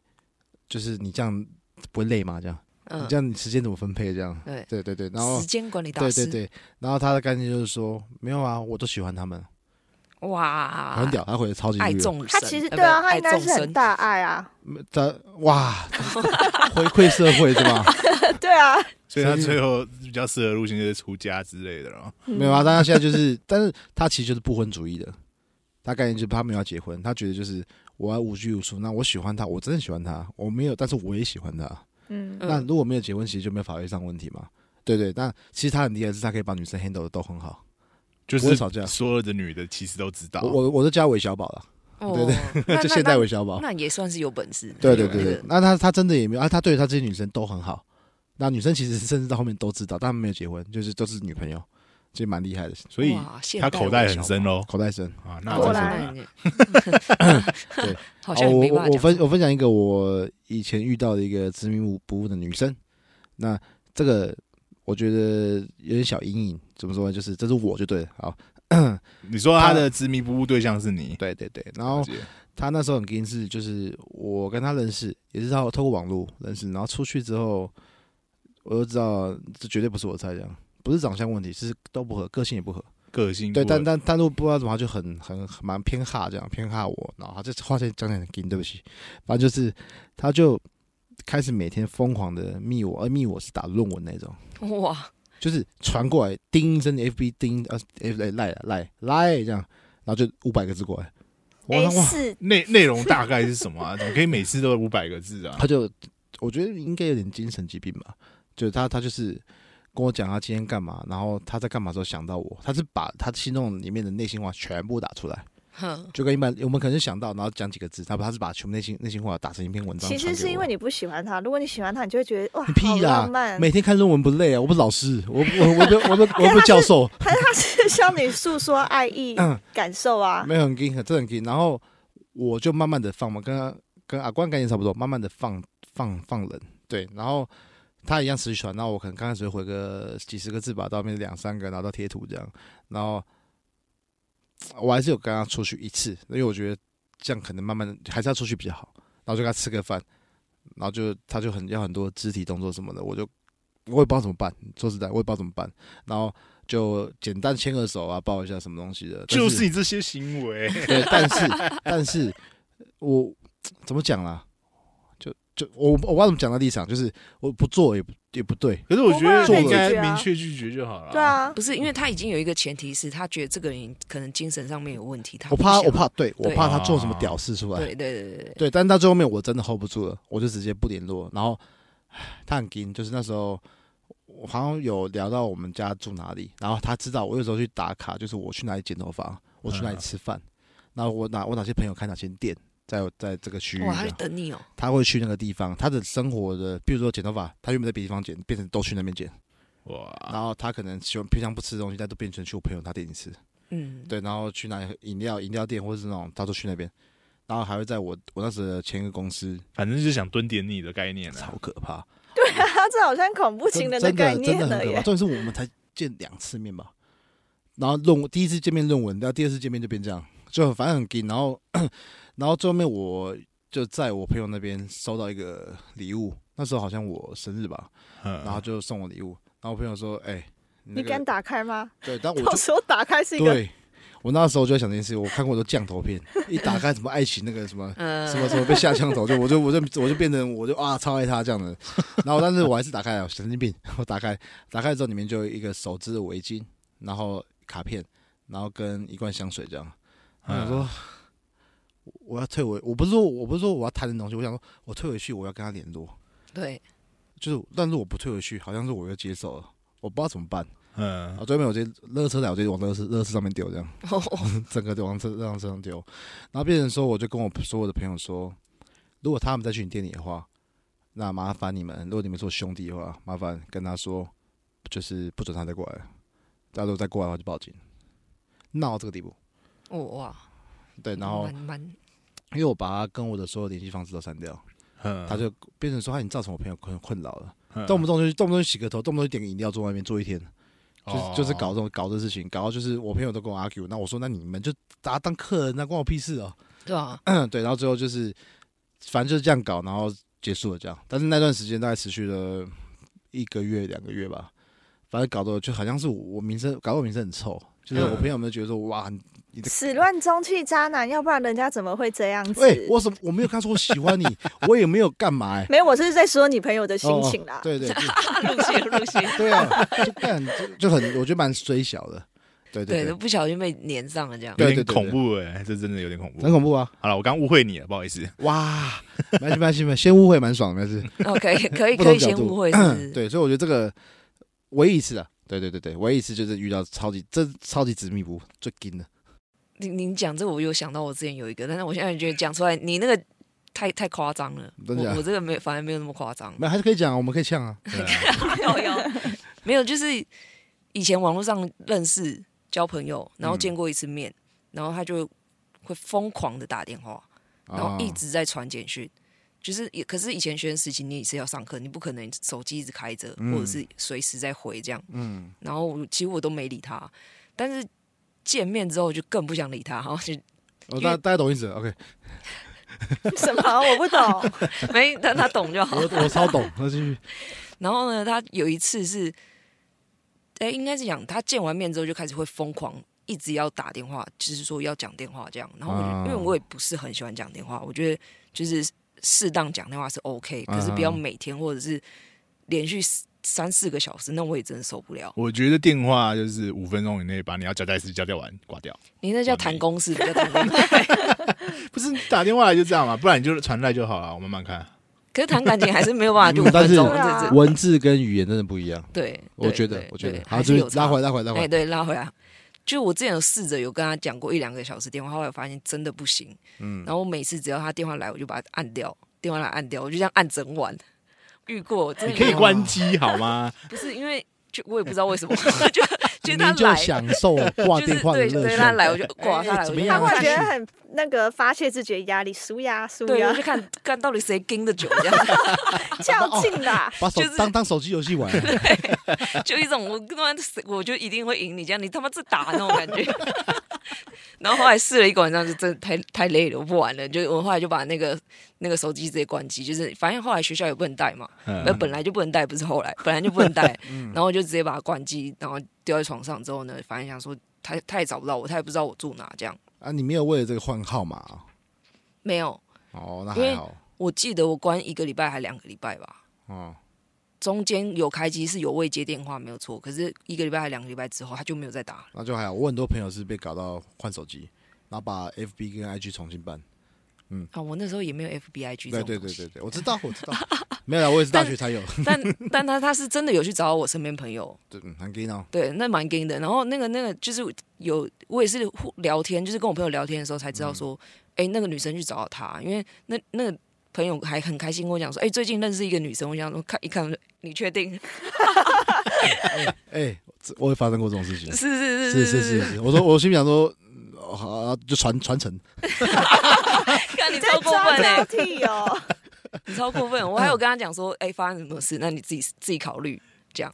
[SPEAKER 2] 就是你这样不会累吗？这样、你
[SPEAKER 4] 嗯
[SPEAKER 2] 这，样你时间怎么分配？这样
[SPEAKER 4] 对，
[SPEAKER 2] 对对对，然后
[SPEAKER 4] 时间管理大
[SPEAKER 2] 对
[SPEAKER 4] 师，
[SPEAKER 2] 对对，然后他的概念就是说没有啊，我都喜欢他们，
[SPEAKER 4] 对，哇，
[SPEAKER 2] 很屌，他回的超级
[SPEAKER 4] 啊爱
[SPEAKER 2] 绿的
[SPEAKER 4] 众
[SPEAKER 3] 他
[SPEAKER 4] 神，
[SPEAKER 3] 其实
[SPEAKER 2] 哎
[SPEAKER 4] 呃
[SPEAKER 3] 对啊，
[SPEAKER 4] 不
[SPEAKER 3] 他
[SPEAKER 4] 爱
[SPEAKER 3] 应该
[SPEAKER 4] 众
[SPEAKER 3] 是很
[SPEAKER 4] 生，
[SPEAKER 3] 大爱啊，
[SPEAKER 2] 他哇， 回馈社会是 吧？
[SPEAKER 3] 对啊，
[SPEAKER 5] 所以他最后比较适合路线就是出家之类的了。
[SPEAKER 3] 嗯
[SPEAKER 2] 没有啊，但他现在就是，但是他其实就是不婚主义的，他概念就是他没有要结婚，他觉得就是我要无拘无束，那我喜欢他，我真的喜欢他，我没有，但是我也喜欢他。
[SPEAKER 3] 嗯，
[SPEAKER 4] 嗯
[SPEAKER 2] 那如果没有结婚，其实就没有法律上问题嘛。对对，那其实他很厉害，是他可以把女生 handle 的都很好。
[SPEAKER 5] 就
[SPEAKER 2] 不会
[SPEAKER 5] 是
[SPEAKER 2] 吵架
[SPEAKER 5] 所有的女的其实都知道。
[SPEAKER 2] 我我我都加韦小宝了，对
[SPEAKER 4] 哦
[SPEAKER 2] 对，
[SPEAKER 4] 那
[SPEAKER 2] 就现在
[SPEAKER 4] 那
[SPEAKER 2] 韦小宝。
[SPEAKER 4] 那也算是有本事，
[SPEAKER 2] 对对对
[SPEAKER 4] 有
[SPEAKER 2] 对，那他他真的也没有啊，他对他这些女生都很好。那女生其实甚至到后面都知道，但他们没有结婚，就是都是女朋友，其实蛮厉害的，
[SPEAKER 5] 所以
[SPEAKER 4] 哇现
[SPEAKER 5] 他
[SPEAKER 4] 代
[SPEAKER 5] 口袋
[SPEAKER 4] 韦
[SPEAKER 5] 很
[SPEAKER 4] 小
[SPEAKER 5] 深
[SPEAKER 4] 宝
[SPEAKER 5] 喽
[SPEAKER 2] 口袋深。哦
[SPEAKER 5] 啊！那
[SPEAKER 3] 果
[SPEAKER 5] 真
[SPEAKER 4] 果
[SPEAKER 5] 是
[SPEAKER 3] 然
[SPEAKER 5] 啊
[SPEAKER 4] 然， 好
[SPEAKER 2] 嗯哦，
[SPEAKER 4] 像也
[SPEAKER 2] 我
[SPEAKER 4] 没办
[SPEAKER 2] 我
[SPEAKER 4] 法
[SPEAKER 2] 我
[SPEAKER 4] 讲
[SPEAKER 2] 分我分享一个我以前遇到的一个执迷不不悟的女生，那这个我觉得有点小阴影，怎么说呢？就是这是我就对了，好，
[SPEAKER 5] 你说他的执迷不悟对象是你，
[SPEAKER 2] 对对对，然后
[SPEAKER 5] 了解
[SPEAKER 2] 他那时候很惊是，就是我跟他认识，也是透透过网络认识，然后出去之后，我就知道这绝对不是我的菜，这样不是长相问题，是都不合，个性也不合。
[SPEAKER 5] 个性
[SPEAKER 2] 对，
[SPEAKER 5] 不
[SPEAKER 2] 但但但都不知道怎么，他就很很很蛮偏哈这样，偏哈我，然后他这话再讲讲给你，对不起，反正就是他就开始每天疯狂的密我，而密我是打论文那种，
[SPEAKER 4] 哇，
[SPEAKER 2] 就是传过来叮一声 FB 叮啊 F 哎赖赖赖这样，然后就五百个字过来，我
[SPEAKER 3] A
[SPEAKER 2] 想哇，
[SPEAKER 3] 四
[SPEAKER 5] 内内容大概是什么啊？怎么可以每次都五百个 字啊？
[SPEAKER 2] 他就我觉得应该有点精神疾病吧，就是他他就是。跟我讲他今天干嘛，然后他在干嘛的时候想到我，他是把他心中里面的内心话全部打出来，
[SPEAKER 4] 哼，
[SPEAKER 2] 就跟一般我们可能想到，然后讲几个字，他把他是把全部内心内心话打成一篇文章。
[SPEAKER 3] 其实是因为
[SPEAKER 2] 你
[SPEAKER 3] 你不喜欢他，如果你喜欢他，你就会觉得哇，
[SPEAKER 2] 你
[SPEAKER 3] 好
[SPEAKER 2] 屁啦
[SPEAKER 3] 浪漫。
[SPEAKER 2] 每天看论文不累啊？我不是老师，我不我我不我不 我不
[SPEAKER 3] 是
[SPEAKER 2] 是教授，
[SPEAKER 3] 啊他他是向你诉说爱意、
[SPEAKER 2] 嗯
[SPEAKER 3] 感受啊，
[SPEAKER 2] 没有很硬，真的很硬。然后我就慢慢的放嘛，跟他跟阿关概念差不多，慢慢的放放放冷，对，然后。他一样持续传，然后我可能刚开始会回个几十个字吧，到后面两三个，然后到贴图这样，然后我还是有跟他出去一次，因为我觉得这样可能慢慢的还是要出去比较好，然后就跟他吃个饭，然后就他就很要很多肢体动作什么的，我就我也不知道怎么办，说实在我也不知道怎么办，然后就简单牵个手啊，抱一下什么东西的，但
[SPEAKER 5] 就是你这些行 为，
[SPEAKER 2] 对，但是但是我怎么讲啦？就就我我不知道怎么讲到立场，就是我不做也不也不对，
[SPEAKER 5] 可是我觉
[SPEAKER 3] 不会啊
[SPEAKER 5] 得
[SPEAKER 3] 可以
[SPEAKER 5] 应
[SPEAKER 3] 拒绝
[SPEAKER 5] 该
[SPEAKER 3] 啊
[SPEAKER 5] 明确拒绝就好了。
[SPEAKER 3] 对，啊
[SPEAKER 4] 不，是，因为他已经有一个前提是他觉得这个人可能精神上面有问题，他
[SPEAKER 2] 我
[SPEAKER 4] 不
[SPEAKER 2] 怕
[SPEAKER 4] 想
[SPEAKER 2] 我怕对我
[SPEAKER 4] 对
[SPEAKER 2] 怕他做什么屌事出来，
[SPEAKER 4] 对对对对对，
[SPEAKER 2] 对，但是到最后面我真的 hold 不住了，我就直接不联络，然后唉他很惊，就是那时候。我好像有聊到我们家住哪里，然后他知道我有时候去打卡，就是我去哪里剪头发，我去哪里
[SPEAKER 5] 嗯
[SPEAKER 2] 吃饭，然后我哪我哪些朋友开哪些店，在在这个区域这
[SPEAKER 4] 哇，他
[SPEAKER 2] 样
[SPEAKER 4] 在。等你哦、
[SPEAKER 2] 他会去那个地方，他的生活的，比如说剪头发，他原本在别的地方剪，变成都去那边剪，
[SPEAKER 5] 哇，
[SPEAKER 2] 然后他可能喜欢平常不吃的东西，但都变成去我朋友他店里吃，
[SPEAKER 4] 嗯，
[SPEAKER 2] 对，然后去哪里饮料饮料店或者是那种，他都去那边，然后还会在我我那时的前一个公司，
[SPEAKER 5] 反正就是想蹲点你的概念啊
[SPEAKER 2] 超。可怕，
[SPEAKER 3] 他啊这好像恐怖
[SPEAKER 2] 真
[SPEAKER 3] 情人
[SPEAKER 2] 真的
[SPEAKER 3] 概
[SPEAKER 2] 真
[SPEAKER 3] 念
[SPEAKER 2] 的很
[SPEAKER 3] 了
[SPEAKER 2] 可怕。
[SPEAKER 3] 耶。
[SPEAKER 2] 重点是我们才见两次面吧，然后论文第一次见面论文，然后第二次见面就变这样，就很反正很紧。然后 然后最后面我就在我朋友那边收到一个礼物，那时候好像我生日吧，然后
[SPEAKER 5] 嗯，
[SPEAKER 2] 就送我礼物。然后我朋友说：“哎、你那
[SPEAKER 3] 你
[SPEAKER 2] 个
[SPEAKER 3] 敢打开吗？
[SPEAKER 2] 对，但我
[SPEAKER 3] 到
[SPEAKER 2] 就
[SPEAKER 3] 时候打开是一个
[SPEAKER 2] 对我那时候就在想这件事，我看过很多降头片，一打开什么爱情那个什么。”
[SPEAKER 4] 呃，
[SPEAKER 2] 什么什么被下降头，就我就我就我就变成我就啊超爱他这样的，然后但是我还是打开了神经病，我打开打开之后里面就有一个手织的围巾，然后卡片，然后跟一罐香水这样。
[SPEAKER 5] 嗯
[SPEAKER 2] 我想说，我要退回，我不是说我不是说我要贪的东西，我想说我退回去我要跟他联络，
[SPEAKER 4] 对，
[SPEAKER 2] 就是，但是我不退回去，好像是我又接受了，我不知道怎么办。啊
[SPEAKER 5] 嗯
[SPEAKER 2] 然后，最后面我直接垃圾袋，我直接往垃圾垃圾上面丢，这样
[SPEAKER 4] 哦，
[SPEAKER 2] 整个就往车上车上丢。然后变成说，我就跟我所有的朋友说，如果他们再去你店里的话，那麻烦你们，如果你们做兄弟的话，麻烦跟他说，就是不准他再过来。大家如果再过来的话，就报警。闹到这个地步，
[SPEAKER 4] 哦哇，
[SPEAKER 2] 对，然后
[SPEAKER 4] 蛮蛮
[SPEAKER 2] 因为我把他跟我的所有联系方式都删掉，
[SPEAKER 5] 嗯，
[SPEAKER 2] 他就变成说，他已经造成我朋友困困扰了。
[SPEAKER 5] 嗯
[SPEAKER 2] 动不动就动不动就洗个头，动不动就点个饮料坐外面坐一天，就是、
[SPEAKER 5] 哦
[SPEAKER 2] 就是搞这种搞这事情，搞到就是我朋友都跟我 argue，那我说那你们就把他当客人，那关我屁事哦。
[SPEAKER 4] 对啊，
[SPEAKER 2] 对，然后最后就是反正就是这样搞，然后结束了这样。但是那段时间大概持续了一个月两个月吧，反正搞得就好像是我我名声搞得我名声很臭，就是我
[SPEAKER 5] 嗯
[SPEAKER 2] 朋友们觉得说哇，你你的
[SPEAKER 3] 始乱终弃渣男，要不然人家怎么会这样子？
[SPEAKER 2] 喂、我什么我没有跟他说我喜欢你，我也没有干嘛、欸。
[SPEAKER 3] 没有，我是在说你朋友的心
[SPEAKER 2] 哦
[SPEAKER 3] 情啦。
[SPEAKER 2] 对对对
[SPEAKER 4] 啊入戏入 戏，
[SPEAKER 2] 对啊，就干就就很我觉得蛮衰小的，对对
[SPEAKER 4] 对，
[SPEAKER 2] 对
[SPEAKER 4] 都，不小心被粘上了这样。
[SPEAKER 2] 对
[SPEAKER 5] 有
[SPEAKER 2] 对
[SPEAKER 5] 点
[SPEAKER 2] 对
[SPEAKER 5] 恐怖哎，这真的有点恐
[SPEAKER 2] 很
[SPEAKER 5] 怖。
[SPEAKER 2] 恐怖啊！
[SPEAKER 5] 好了，我刚误会你了，不好意思。
[SPEAKER 2] 哇，没关系，没关系，没关系先误会蛮爽的，没事。
[SPEAKER 4] OK，可哦以
[SPEAKER 2] 不
[SPEAKER 4] 可
[SPEAKER 2] 同
[SPEAKER 4] 以
[SPEAKER 2] 角
[SPEAKER 4] 先
[SPEAKER 2] 度
[SPEAKER 4] 误会是不是？
[SPEAKER 2] 对，所以我觉得这个唯一一次啊，对对对对，唯一一次就是遇到超级这超级执迷不悟最劲的，
[SPEAKER 4] 您您讲这，我有想到我之前有一个，但是我现在觉得讲出来，你那个太太夸张了。我
[SPEAKER 2] 真假
[SPEAKER 4] 我这个没有，反而没有那么夸张。
[SPEAKER 2] 没有还是可以讲啊，我们可以呛 啊。
[SPEAKER 5] 对啊
[SPEAKER 4] 有有，没有，就是以前网络上认识交朋友，然
[SPEAKER 2] 嗯
[SPEAKER 4] 后见过一次面，然后他就会疯狂的打电话，然后一
[SPEAKER 2] 啊
[SPEAKER 4] 直在传简讯。就是也，可是以前学生时期你也是要上课，你不可能手机一直开着，
[SPEAKER 2] 嗯
[SPEAKER 4] 或者是随时在回这样。
[SPEAKER 2] 嗯，
[SPEAKER 4] 然后我其实我都没理他，但是见面之后就更不想理他，然后就 因
[SPEAKER 2] 我
[SPEAKER 4] 为
[SPEAKER 2] 大大家懂意思，OK，
[SPEAKER 3] 什么？我不懂。
[SPEAKER 4] 没让他懂就好。
[SPEAKER 2] 我我超懂，那继续。
[SPEAKER 4] 然后呢，他有一次是，哎，应该是讲他见完面之后就开始会疯狂，一直要打电话，就是说要讲电话这样。然后我就、
[SPEAKER 2] 啊
[SPEAKER 4] 因为我也不是很喜欢讲电话，我觉得就是适当讲电话是 OK，
[SPEAKER 2] 啊哈
[SPEAKER 4] 可是不要每天或者是连续四三四个小时，那我也真的受不了。
[SPEAKER 5] 我觉得电话就是五分钟以内把你要交代的事交代完挂掉，
[SPEAKER 4] 你那叫
[SPEAKER 5] 完美
[SPEAKER 4] 谈公事， 不叫谈恋爱。
[SPEAKER 5] 不是打电话来就这样嘛，不然你就传来就好了，我慢慢看。
[SPEAKER 4] 可是谈感情还是没有办法就五
[SPEAKER 2] 嗯但
[SPEAKER 4] 分
[SPEAKER 2] 是
[SPEAKER 4] 钟，
[SPEAKER 3] 对啊
[SPEAKER 4] 这这
[SPEAKER 2] 文字跟语言真的不一样，
[SPEAKER 4] 对，
[SPEAKER 2] 我觉
[SPEAKER 4] 对
[SPEAKER 2] 得
[SPEAKER 4] 对，
[SPEAKER 2] 我觉得
[SPEAKER 4] 对。
[SPEAKER 2] 好，
[SPEAKER 4] 还
[SPEAKER 2] 就是
[SPEAKER 4] 有
[SPEAKER 2] 拉回
[SPEAKER 4] 来，
[SPEAKER 2] 来，拉回来，拉回
[SPEAKER 4] 哎，
[SPEAKER 2] 来。
[SPEAKER 4] 对，拉回来。就我之前有试着有跟他讲过一两个小时电话，后来发现真的不行。嗯，然后我每次只要他电话来，我就把他按掉，电话来按掉，我就这样按整晚。遇过，真
[SPEAKER 5] 你
[SPEAKER 4] 的
[SPEAKER 5] 可以
[SPEAKER 4] 没有
[SPEAKER 5] 关机好吗？
[SPEAKER 4] 不是因为就我也不知道为 什么，就觉
[SPEAKER 2] 明
[SPEAKER 4] 得他
[SPEAKER 2] 明就
[SPEAKER 4] 来，
[SPEAKER 2] 享受 挂
[SPEAKER 4] 就是
[SPEAKER 2] 电话的
[SPEAKER 4] 对
[SPEAKER 2] 乐
[SPEAKER 4] 对，他
[SPEAKER 2] 趣。
[SPEAKER 4] 来我就 挂他来，
[SPEAKER 2] 怎
[SPEAKER 4] 我
[SPEAKER 2] 么
[SPEAKER 4] 就
[SPEAKER 2] 样啊
[SPEAKER 3] 他
[SPEAKER 4] 看看
[SPEAKER 3] 会觉得很那个发泄自己的压力，舒压舒
[SPEAKER 4] 对，
[SPEAKER 3] 压
[SPEAKER 4] 我 就，看看到底谁盯的久，这样
[SPEAKER 3] 较劲
[SPEAKER 4] 哦
[SPEAKER 3] 啦。
[SPEAKER 2] 把手
[SPEAKER 4] 就是
[SPEAKER 2] 当当手机游戏玩，啊
[SPEAKER 4] 就一种我他妈的死我就一定会赢你，这样你他妈自打那种感觉。 然后后来试了一个晚上，就真的太太累了，我不玩了。就我后来就把那个那个手机直接关机，就是反正后来学校也不能带嘛，那、
[SPEAKER 5] 嗯
[SPEAKER 4] 本来就不能带，不是后来本来就不能带，然后我就直接把它关机，然后丢在床上之后呢，反正想说他他也找不到我，他也不知道我住哪，这样
[SPEAKER 2] 啊，你没有为了这个换号码啊
[SPEAKER 4] 没有。
[SPEAKER 2] 哦，那
[SPEAKER 4] 因为
[SPEAKER 2] 还好
[SPEAKER 4] 我记得我关一个礼拜还两个礼拜吧，
[SPEAKER 2] 哦。
[SPEAKER 4] 中间有开机是有未接电话没有错，可是一个礼拜还两个礼拜之后他就没有再打了。
[SPEAKER 2] 那就还好。我很多朋友是被搞到换手机，然后把 FB 跟 IG 重新办。
[SPEAKER 4] 啊，我那时候也没有 FBIG 这
[SPEAKER 2] 对
[SPEAKER 4] 种
[SPEAKER 2] 对
[SPEAKER 4] 东
[SPEAKER 2] 对
[SPEAKER 4] 西，
[SPEAKER 2] 对对，我知道 我知道，没有啦，我也是大学才有。
[SPEAKER 4] 但但他他是真的有去找我身边朋友，
[SPEAKER 2] 对，嗯很 gay 哦。
[SPEAKER 4] 对，那蛮 gay 的。然后那个那个就是有我也是互聊天，就是跟我朋友聊天的时候才知
[SPEAKER 2] 嗯
[SPEAKER 4] 道说，哎、那个女生去找他，因为那那个朋友还很开心跟我讲说，哎、最近认识一个女生，我想说看一看，我就你确定
[SPEAKER 2] 哎，这我也发生过这种事情。
[SPEAKER 4] 是是是
[SPEAKER 2] 是是是
[SPEAKER 4] 是，
[SPEAKER 2] 是，我说我心里想说，嗯哦好啊，就传传承。
[SPEAKER 4] 看你
[SPEAKER 3] 在
[SPEAKER 4] 超过
[SPEAKER 3] 抓
[SPEAKER 4] 分哎、
[SPEAKER 3] 交替哦，
[SPEAKER 4] 你超过分。我还
[SPEAKER 2] 嗯
[SPEAKER 4] 有跟他讲说，哎、发生什么事，那你自己自己考虑。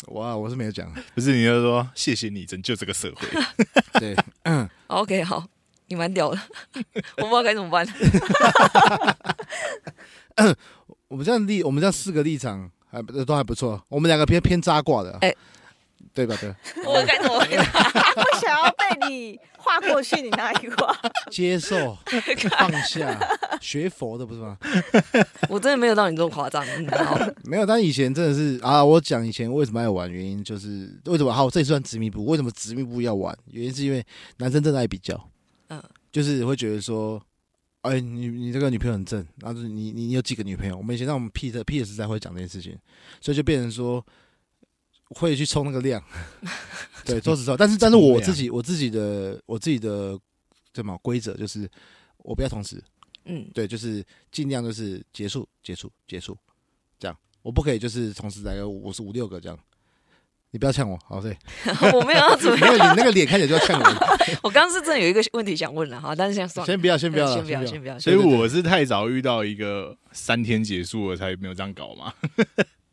[SPEAKER 2] 哇，我是没有讲。啊
[SPEAKER 5] 不是，你就说谢谢你拯救这个社 会。
[SPEAKER 2] 对，
[SPEAKER 4] OK，好，你蛮屌的， 我不知道该怎么办。
[SPEAKER 2] 我们这样立，我们这样四个立场还不都还不错。我们两个偏偏扎挂的，
[SPEAKER 4] 哎
[SPEAKER 2] 对吧？对，
[SPEAKER 4] 我该怎么回答？
[SPEAKER 3] 不想要被你划过去，你哪里划？
[SPEAKER 2] 接受放下，学佛的不是吗？
[SPEAKER 4] 我真的没有到你这么夸张，你知道吗？
[SPEAKER 2] 没有，但以前真的是啊，我讲以前为什么爱玩，原因就是为什么好，这也算执迷不？为什么执迷不要玩？原因是因为男生真的爱比较，
[SPEAKER 4] 嗯，
[SPEAKER 2] 就是会觉得说，哎，你你这个女朋友很正，然后就是你你你有几个女朋友？我们以前让我们 P 的 P 的时代会讲这件事情，所以就变成说会去冲那个量，对，说实话，但是但是我自己我自己的我自己的什么规则就是我不要同时，
[SPEAKER 4] 嗯，
[SPEAKER 2] 对，就是尽量就是结束、结束、结束，这样。我不可以就是同时来个五十五六个这样。你不要呛我，好对，
[SPEAKER 4] 我没有要怎么
[SPEAKER 2] 没有你那个脸看起来就要呛 人，
[SPEAKER 4] 我刚刚是真的有一个问题想问了哈，但是现在算了，
[SPEAKER 2] 先不要，先不要了，
[SPEAKER 4] 先不要，
[SPEAKER 2] 先
[SPEAKER 4] 先不要。
[SPEAKER 5] 所以我是太早遇到一个三天结束了才没有这样搞嘛。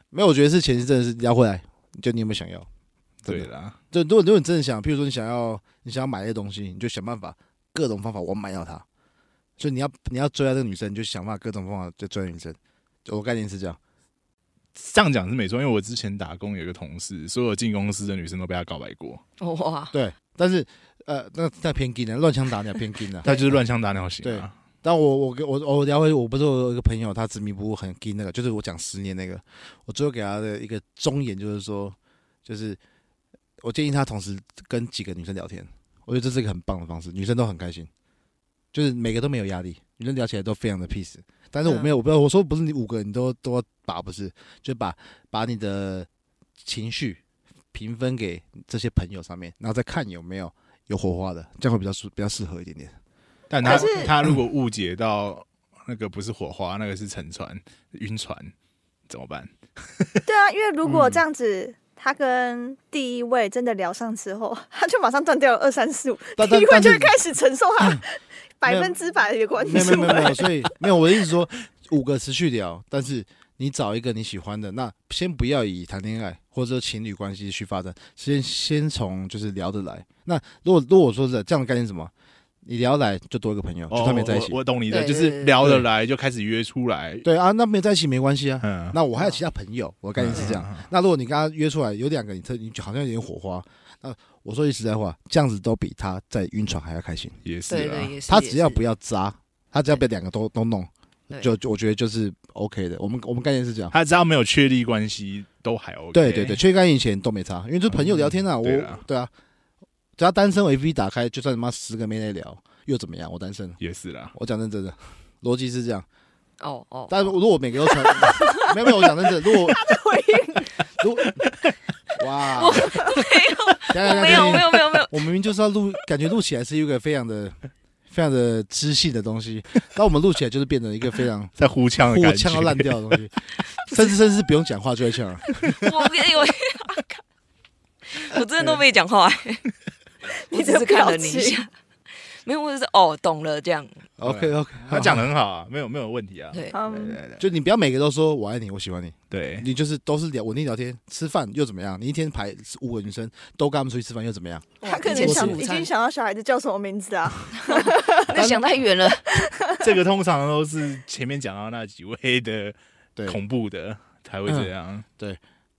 [SPEAKER 2] 没有，我觉得是前提真的是要回来，就你有没有想要？真
[SPEAKER 5] 对
[SPEAKER 2] 的
[SPEAKER 5] 啦，
[SPEAKER 2] 就如果如果你真的想，譬如说你想要你想要买那些东西，你就想办法各种方法我买到它。所以你要你要追到这个女生，你就想办法各种方法就追到女生。就我概念是这样，
[SPEAKER 5] 这样讲是没错，因为我之前打工有一个同事，所有进公司的女生都被他告白过，
[SPEAKER 4] 哦哇，
[SPEAKER 2] 对。但是呃，那那偏激的乱枪打鸟偏激的，
[SPEAKER 5] 他就是乱枪打鸟型啊。
[SPEAKER 2] 但我我跟我我聊回，我不是我有一个朋友，他执迷不悟很盯那个，就是我讲十年那个，我最后给他的一个忠言就是说，就是我建议他同时跟几个女生聊天，我觉得这是一个很棒的方式，女生都很开心，就是每个都没有压力，女生聊起来都非常的 peace。但是我没有，我不要我说不是你五个你都都要把不是，就把把你的情绪平分给这些朋友上面，然后再看有没有有火花的，这样会比较适比较适合一点点。
[SPEAKER 5] 但他
[SPEAKER 3] 可是
[SPEAKER 5] 他如果误解到那个不是火花，那个是沉船、晕船，怎么办？
[SPEAKER 3] 对啊，因为如果
[SPEAKER 2] 嗯
[SPEAKER 3] 这样子。他跟第一位真的聊上之后， 他就马上断掉了二三四五，
[SPEAKER 2] 但
[SPEAKER 3] 第一位
[SPEAKER 2] 但但
[SPEAKER 3] 就会
[SPEAKER 2] 是
[SPEAKER 3] 开始承受他 百分之百的关注
[SPEAKER 2] 没有没有没有没
[SPEAKER 3] 了。
[SPEAKER 2] 有，所以没有我的意思说五个持续聊，但是你找一个你喜欢的，那先不要以谈恋爱或者说情侣关系去发展，先先从就是聊得来。那如果如果说是这样的概念是什么？你聊得来就多一个朋哦友，就算没在一起
[SPEAKER 5] 哦我，我懂你的，
[SPEAKER 4] 对
[SPEAKER 5] 就是聊得来就开始约出来。
[SPEAKER 2] 对啊，那没在一起没关系啊。
[SPEAKER 5] 嗯，
[SPEAKER 2] 那我还有其他朋友，我的概念是这样。那如果你跟他约出来有两个，你特你好像有点火花，那我说句实在话，这样子都比他在晕船还要开心。
[SPEAKER 5] 也是啊
[SPEAKER 4] 对
[SPEAKER 5] 啦
[SPEAKER 4] 对，。也是。
[SPEAKER 2] 啊他只要不
[SPEAKER 4] 要，
[SPEAKER 2] 要渣，他只要把两个都都弄
[SPEAKER 4] 对，
[SPEAKER 2] 就就我觉得就是 OK 的。我们我们概念是这样。
[SPEAKER 5] 他只要没有确立关系，都还 OK。
[SPEAKER 2] 对对对，，缺干以前都没差，因为就朋友聊天啊，
[SPEAKER 5] 嗯
[SPEAKER 2] 我
[SPEAKER 5] 对啦
[SPEAKER 2] 对啊，只要单身我 A P P 打开，就算他妈十个妹在聊，又怎么样？我单身，
[SPEAKER 5] 也是啦。
[SPEAKER 2] 我讲认真的，逻辑是这样。
[SPEAKER 4] 哦 哦，
[SPEAKER 2] 但是如果每个都传， 没有没有，我讲认真的，如果如果哇，我没
[SPEAKER 4] 我 没有没，有没有没有，
[SPEAKER 2] 我明明就是要录，感觉录起来是一个非常的。非常的知性的东西，但我们录起来就是变成一个非常
[SPEAKER 5] 在互呛的
[SPEAKER 2] 我
[SPEAKER 5] 感
[SPEAKER 2] 呛到烂
[SPEAKER 5] 觉，
[SPEAKER 2] 掉的东西，甚至甚至不用讲话就会呛。
[SPEAKER 4] 我跟我我真的 都没讲话、欸，我只是看了你一
[SPEAKER 3] 你的
[SPEAKER 4] 下，没有，我只是哦懂了这样，
[SPEAKER 2] OK OK，
[SPEAKER 5] 他讲的哦很好啊，没有没有问题
[SPEAKER 2] 哦
[SPEAKER 5] 啊。
[SPEAKER 4] 对，
[SPEAKER 3] 嗯，
[SPEAKER 2] 就你不要每个都说我爱你，我喜欢你，
[SPEAKER 5] 对，
[SPEAKER 2] 你就是都是聊稳定聊天，吃饭又怎么样？你一天排五个女生都跟他们出去吃饭又怎么样？
[SPEAKER 4] 哇
[SPEAKER 3] 他可
[SPEAKER 4] 一
[SPEAKER 3] 能
[SPEAKER 4] 天吃
[SPEAKER 3] 想
[SPEAKER 4] 午
[SPEAKER 3] 已
[SPEAKER 4] 餐
[SPEAKER 3] 经，想到小孩子叫什么名字啊？
[SPEAKER 4] 那想太远了，
[SPEAKER 5] 这个通常都是前面讲到那几位的
[SPEAKER 2] 对，
[SPEAKER 5] 恐怖的才会这样。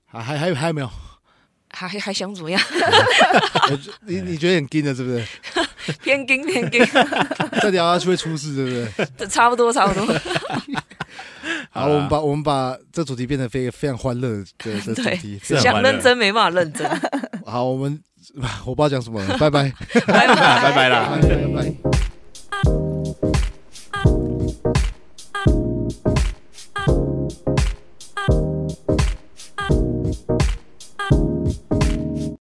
[SPEAKER 2] 还还还有还 有没有？
[SPEAKER 4] 还还想怎么 样？
[SPEAKER 2] 我觉你你觉得很硬的，是 不是？
[SPEAKER 4] 偏硬偏硬，
[SPEAKER 2] 再聊下去会出事，对不 对？
[SPEAKER 4] 这 差不多差不 多，
[SPEAKER 2] 好，我们把我们把这主题变成非非常欢乐的的的 主题。
[SPEAKER 5] 是啊很
[SPEAKER 4] 想
[SPEAKER 5] 欢乐
[SPEAKER 4] 认真没办法认真，
[SPEAKER 2] 好，我们我不知道讲什么了，拜拜，
[SPEAKER 4] 拜拜
[SPEAKER 5] 啊拜拜啦。
[SPEAKER 2] 拜拜拜。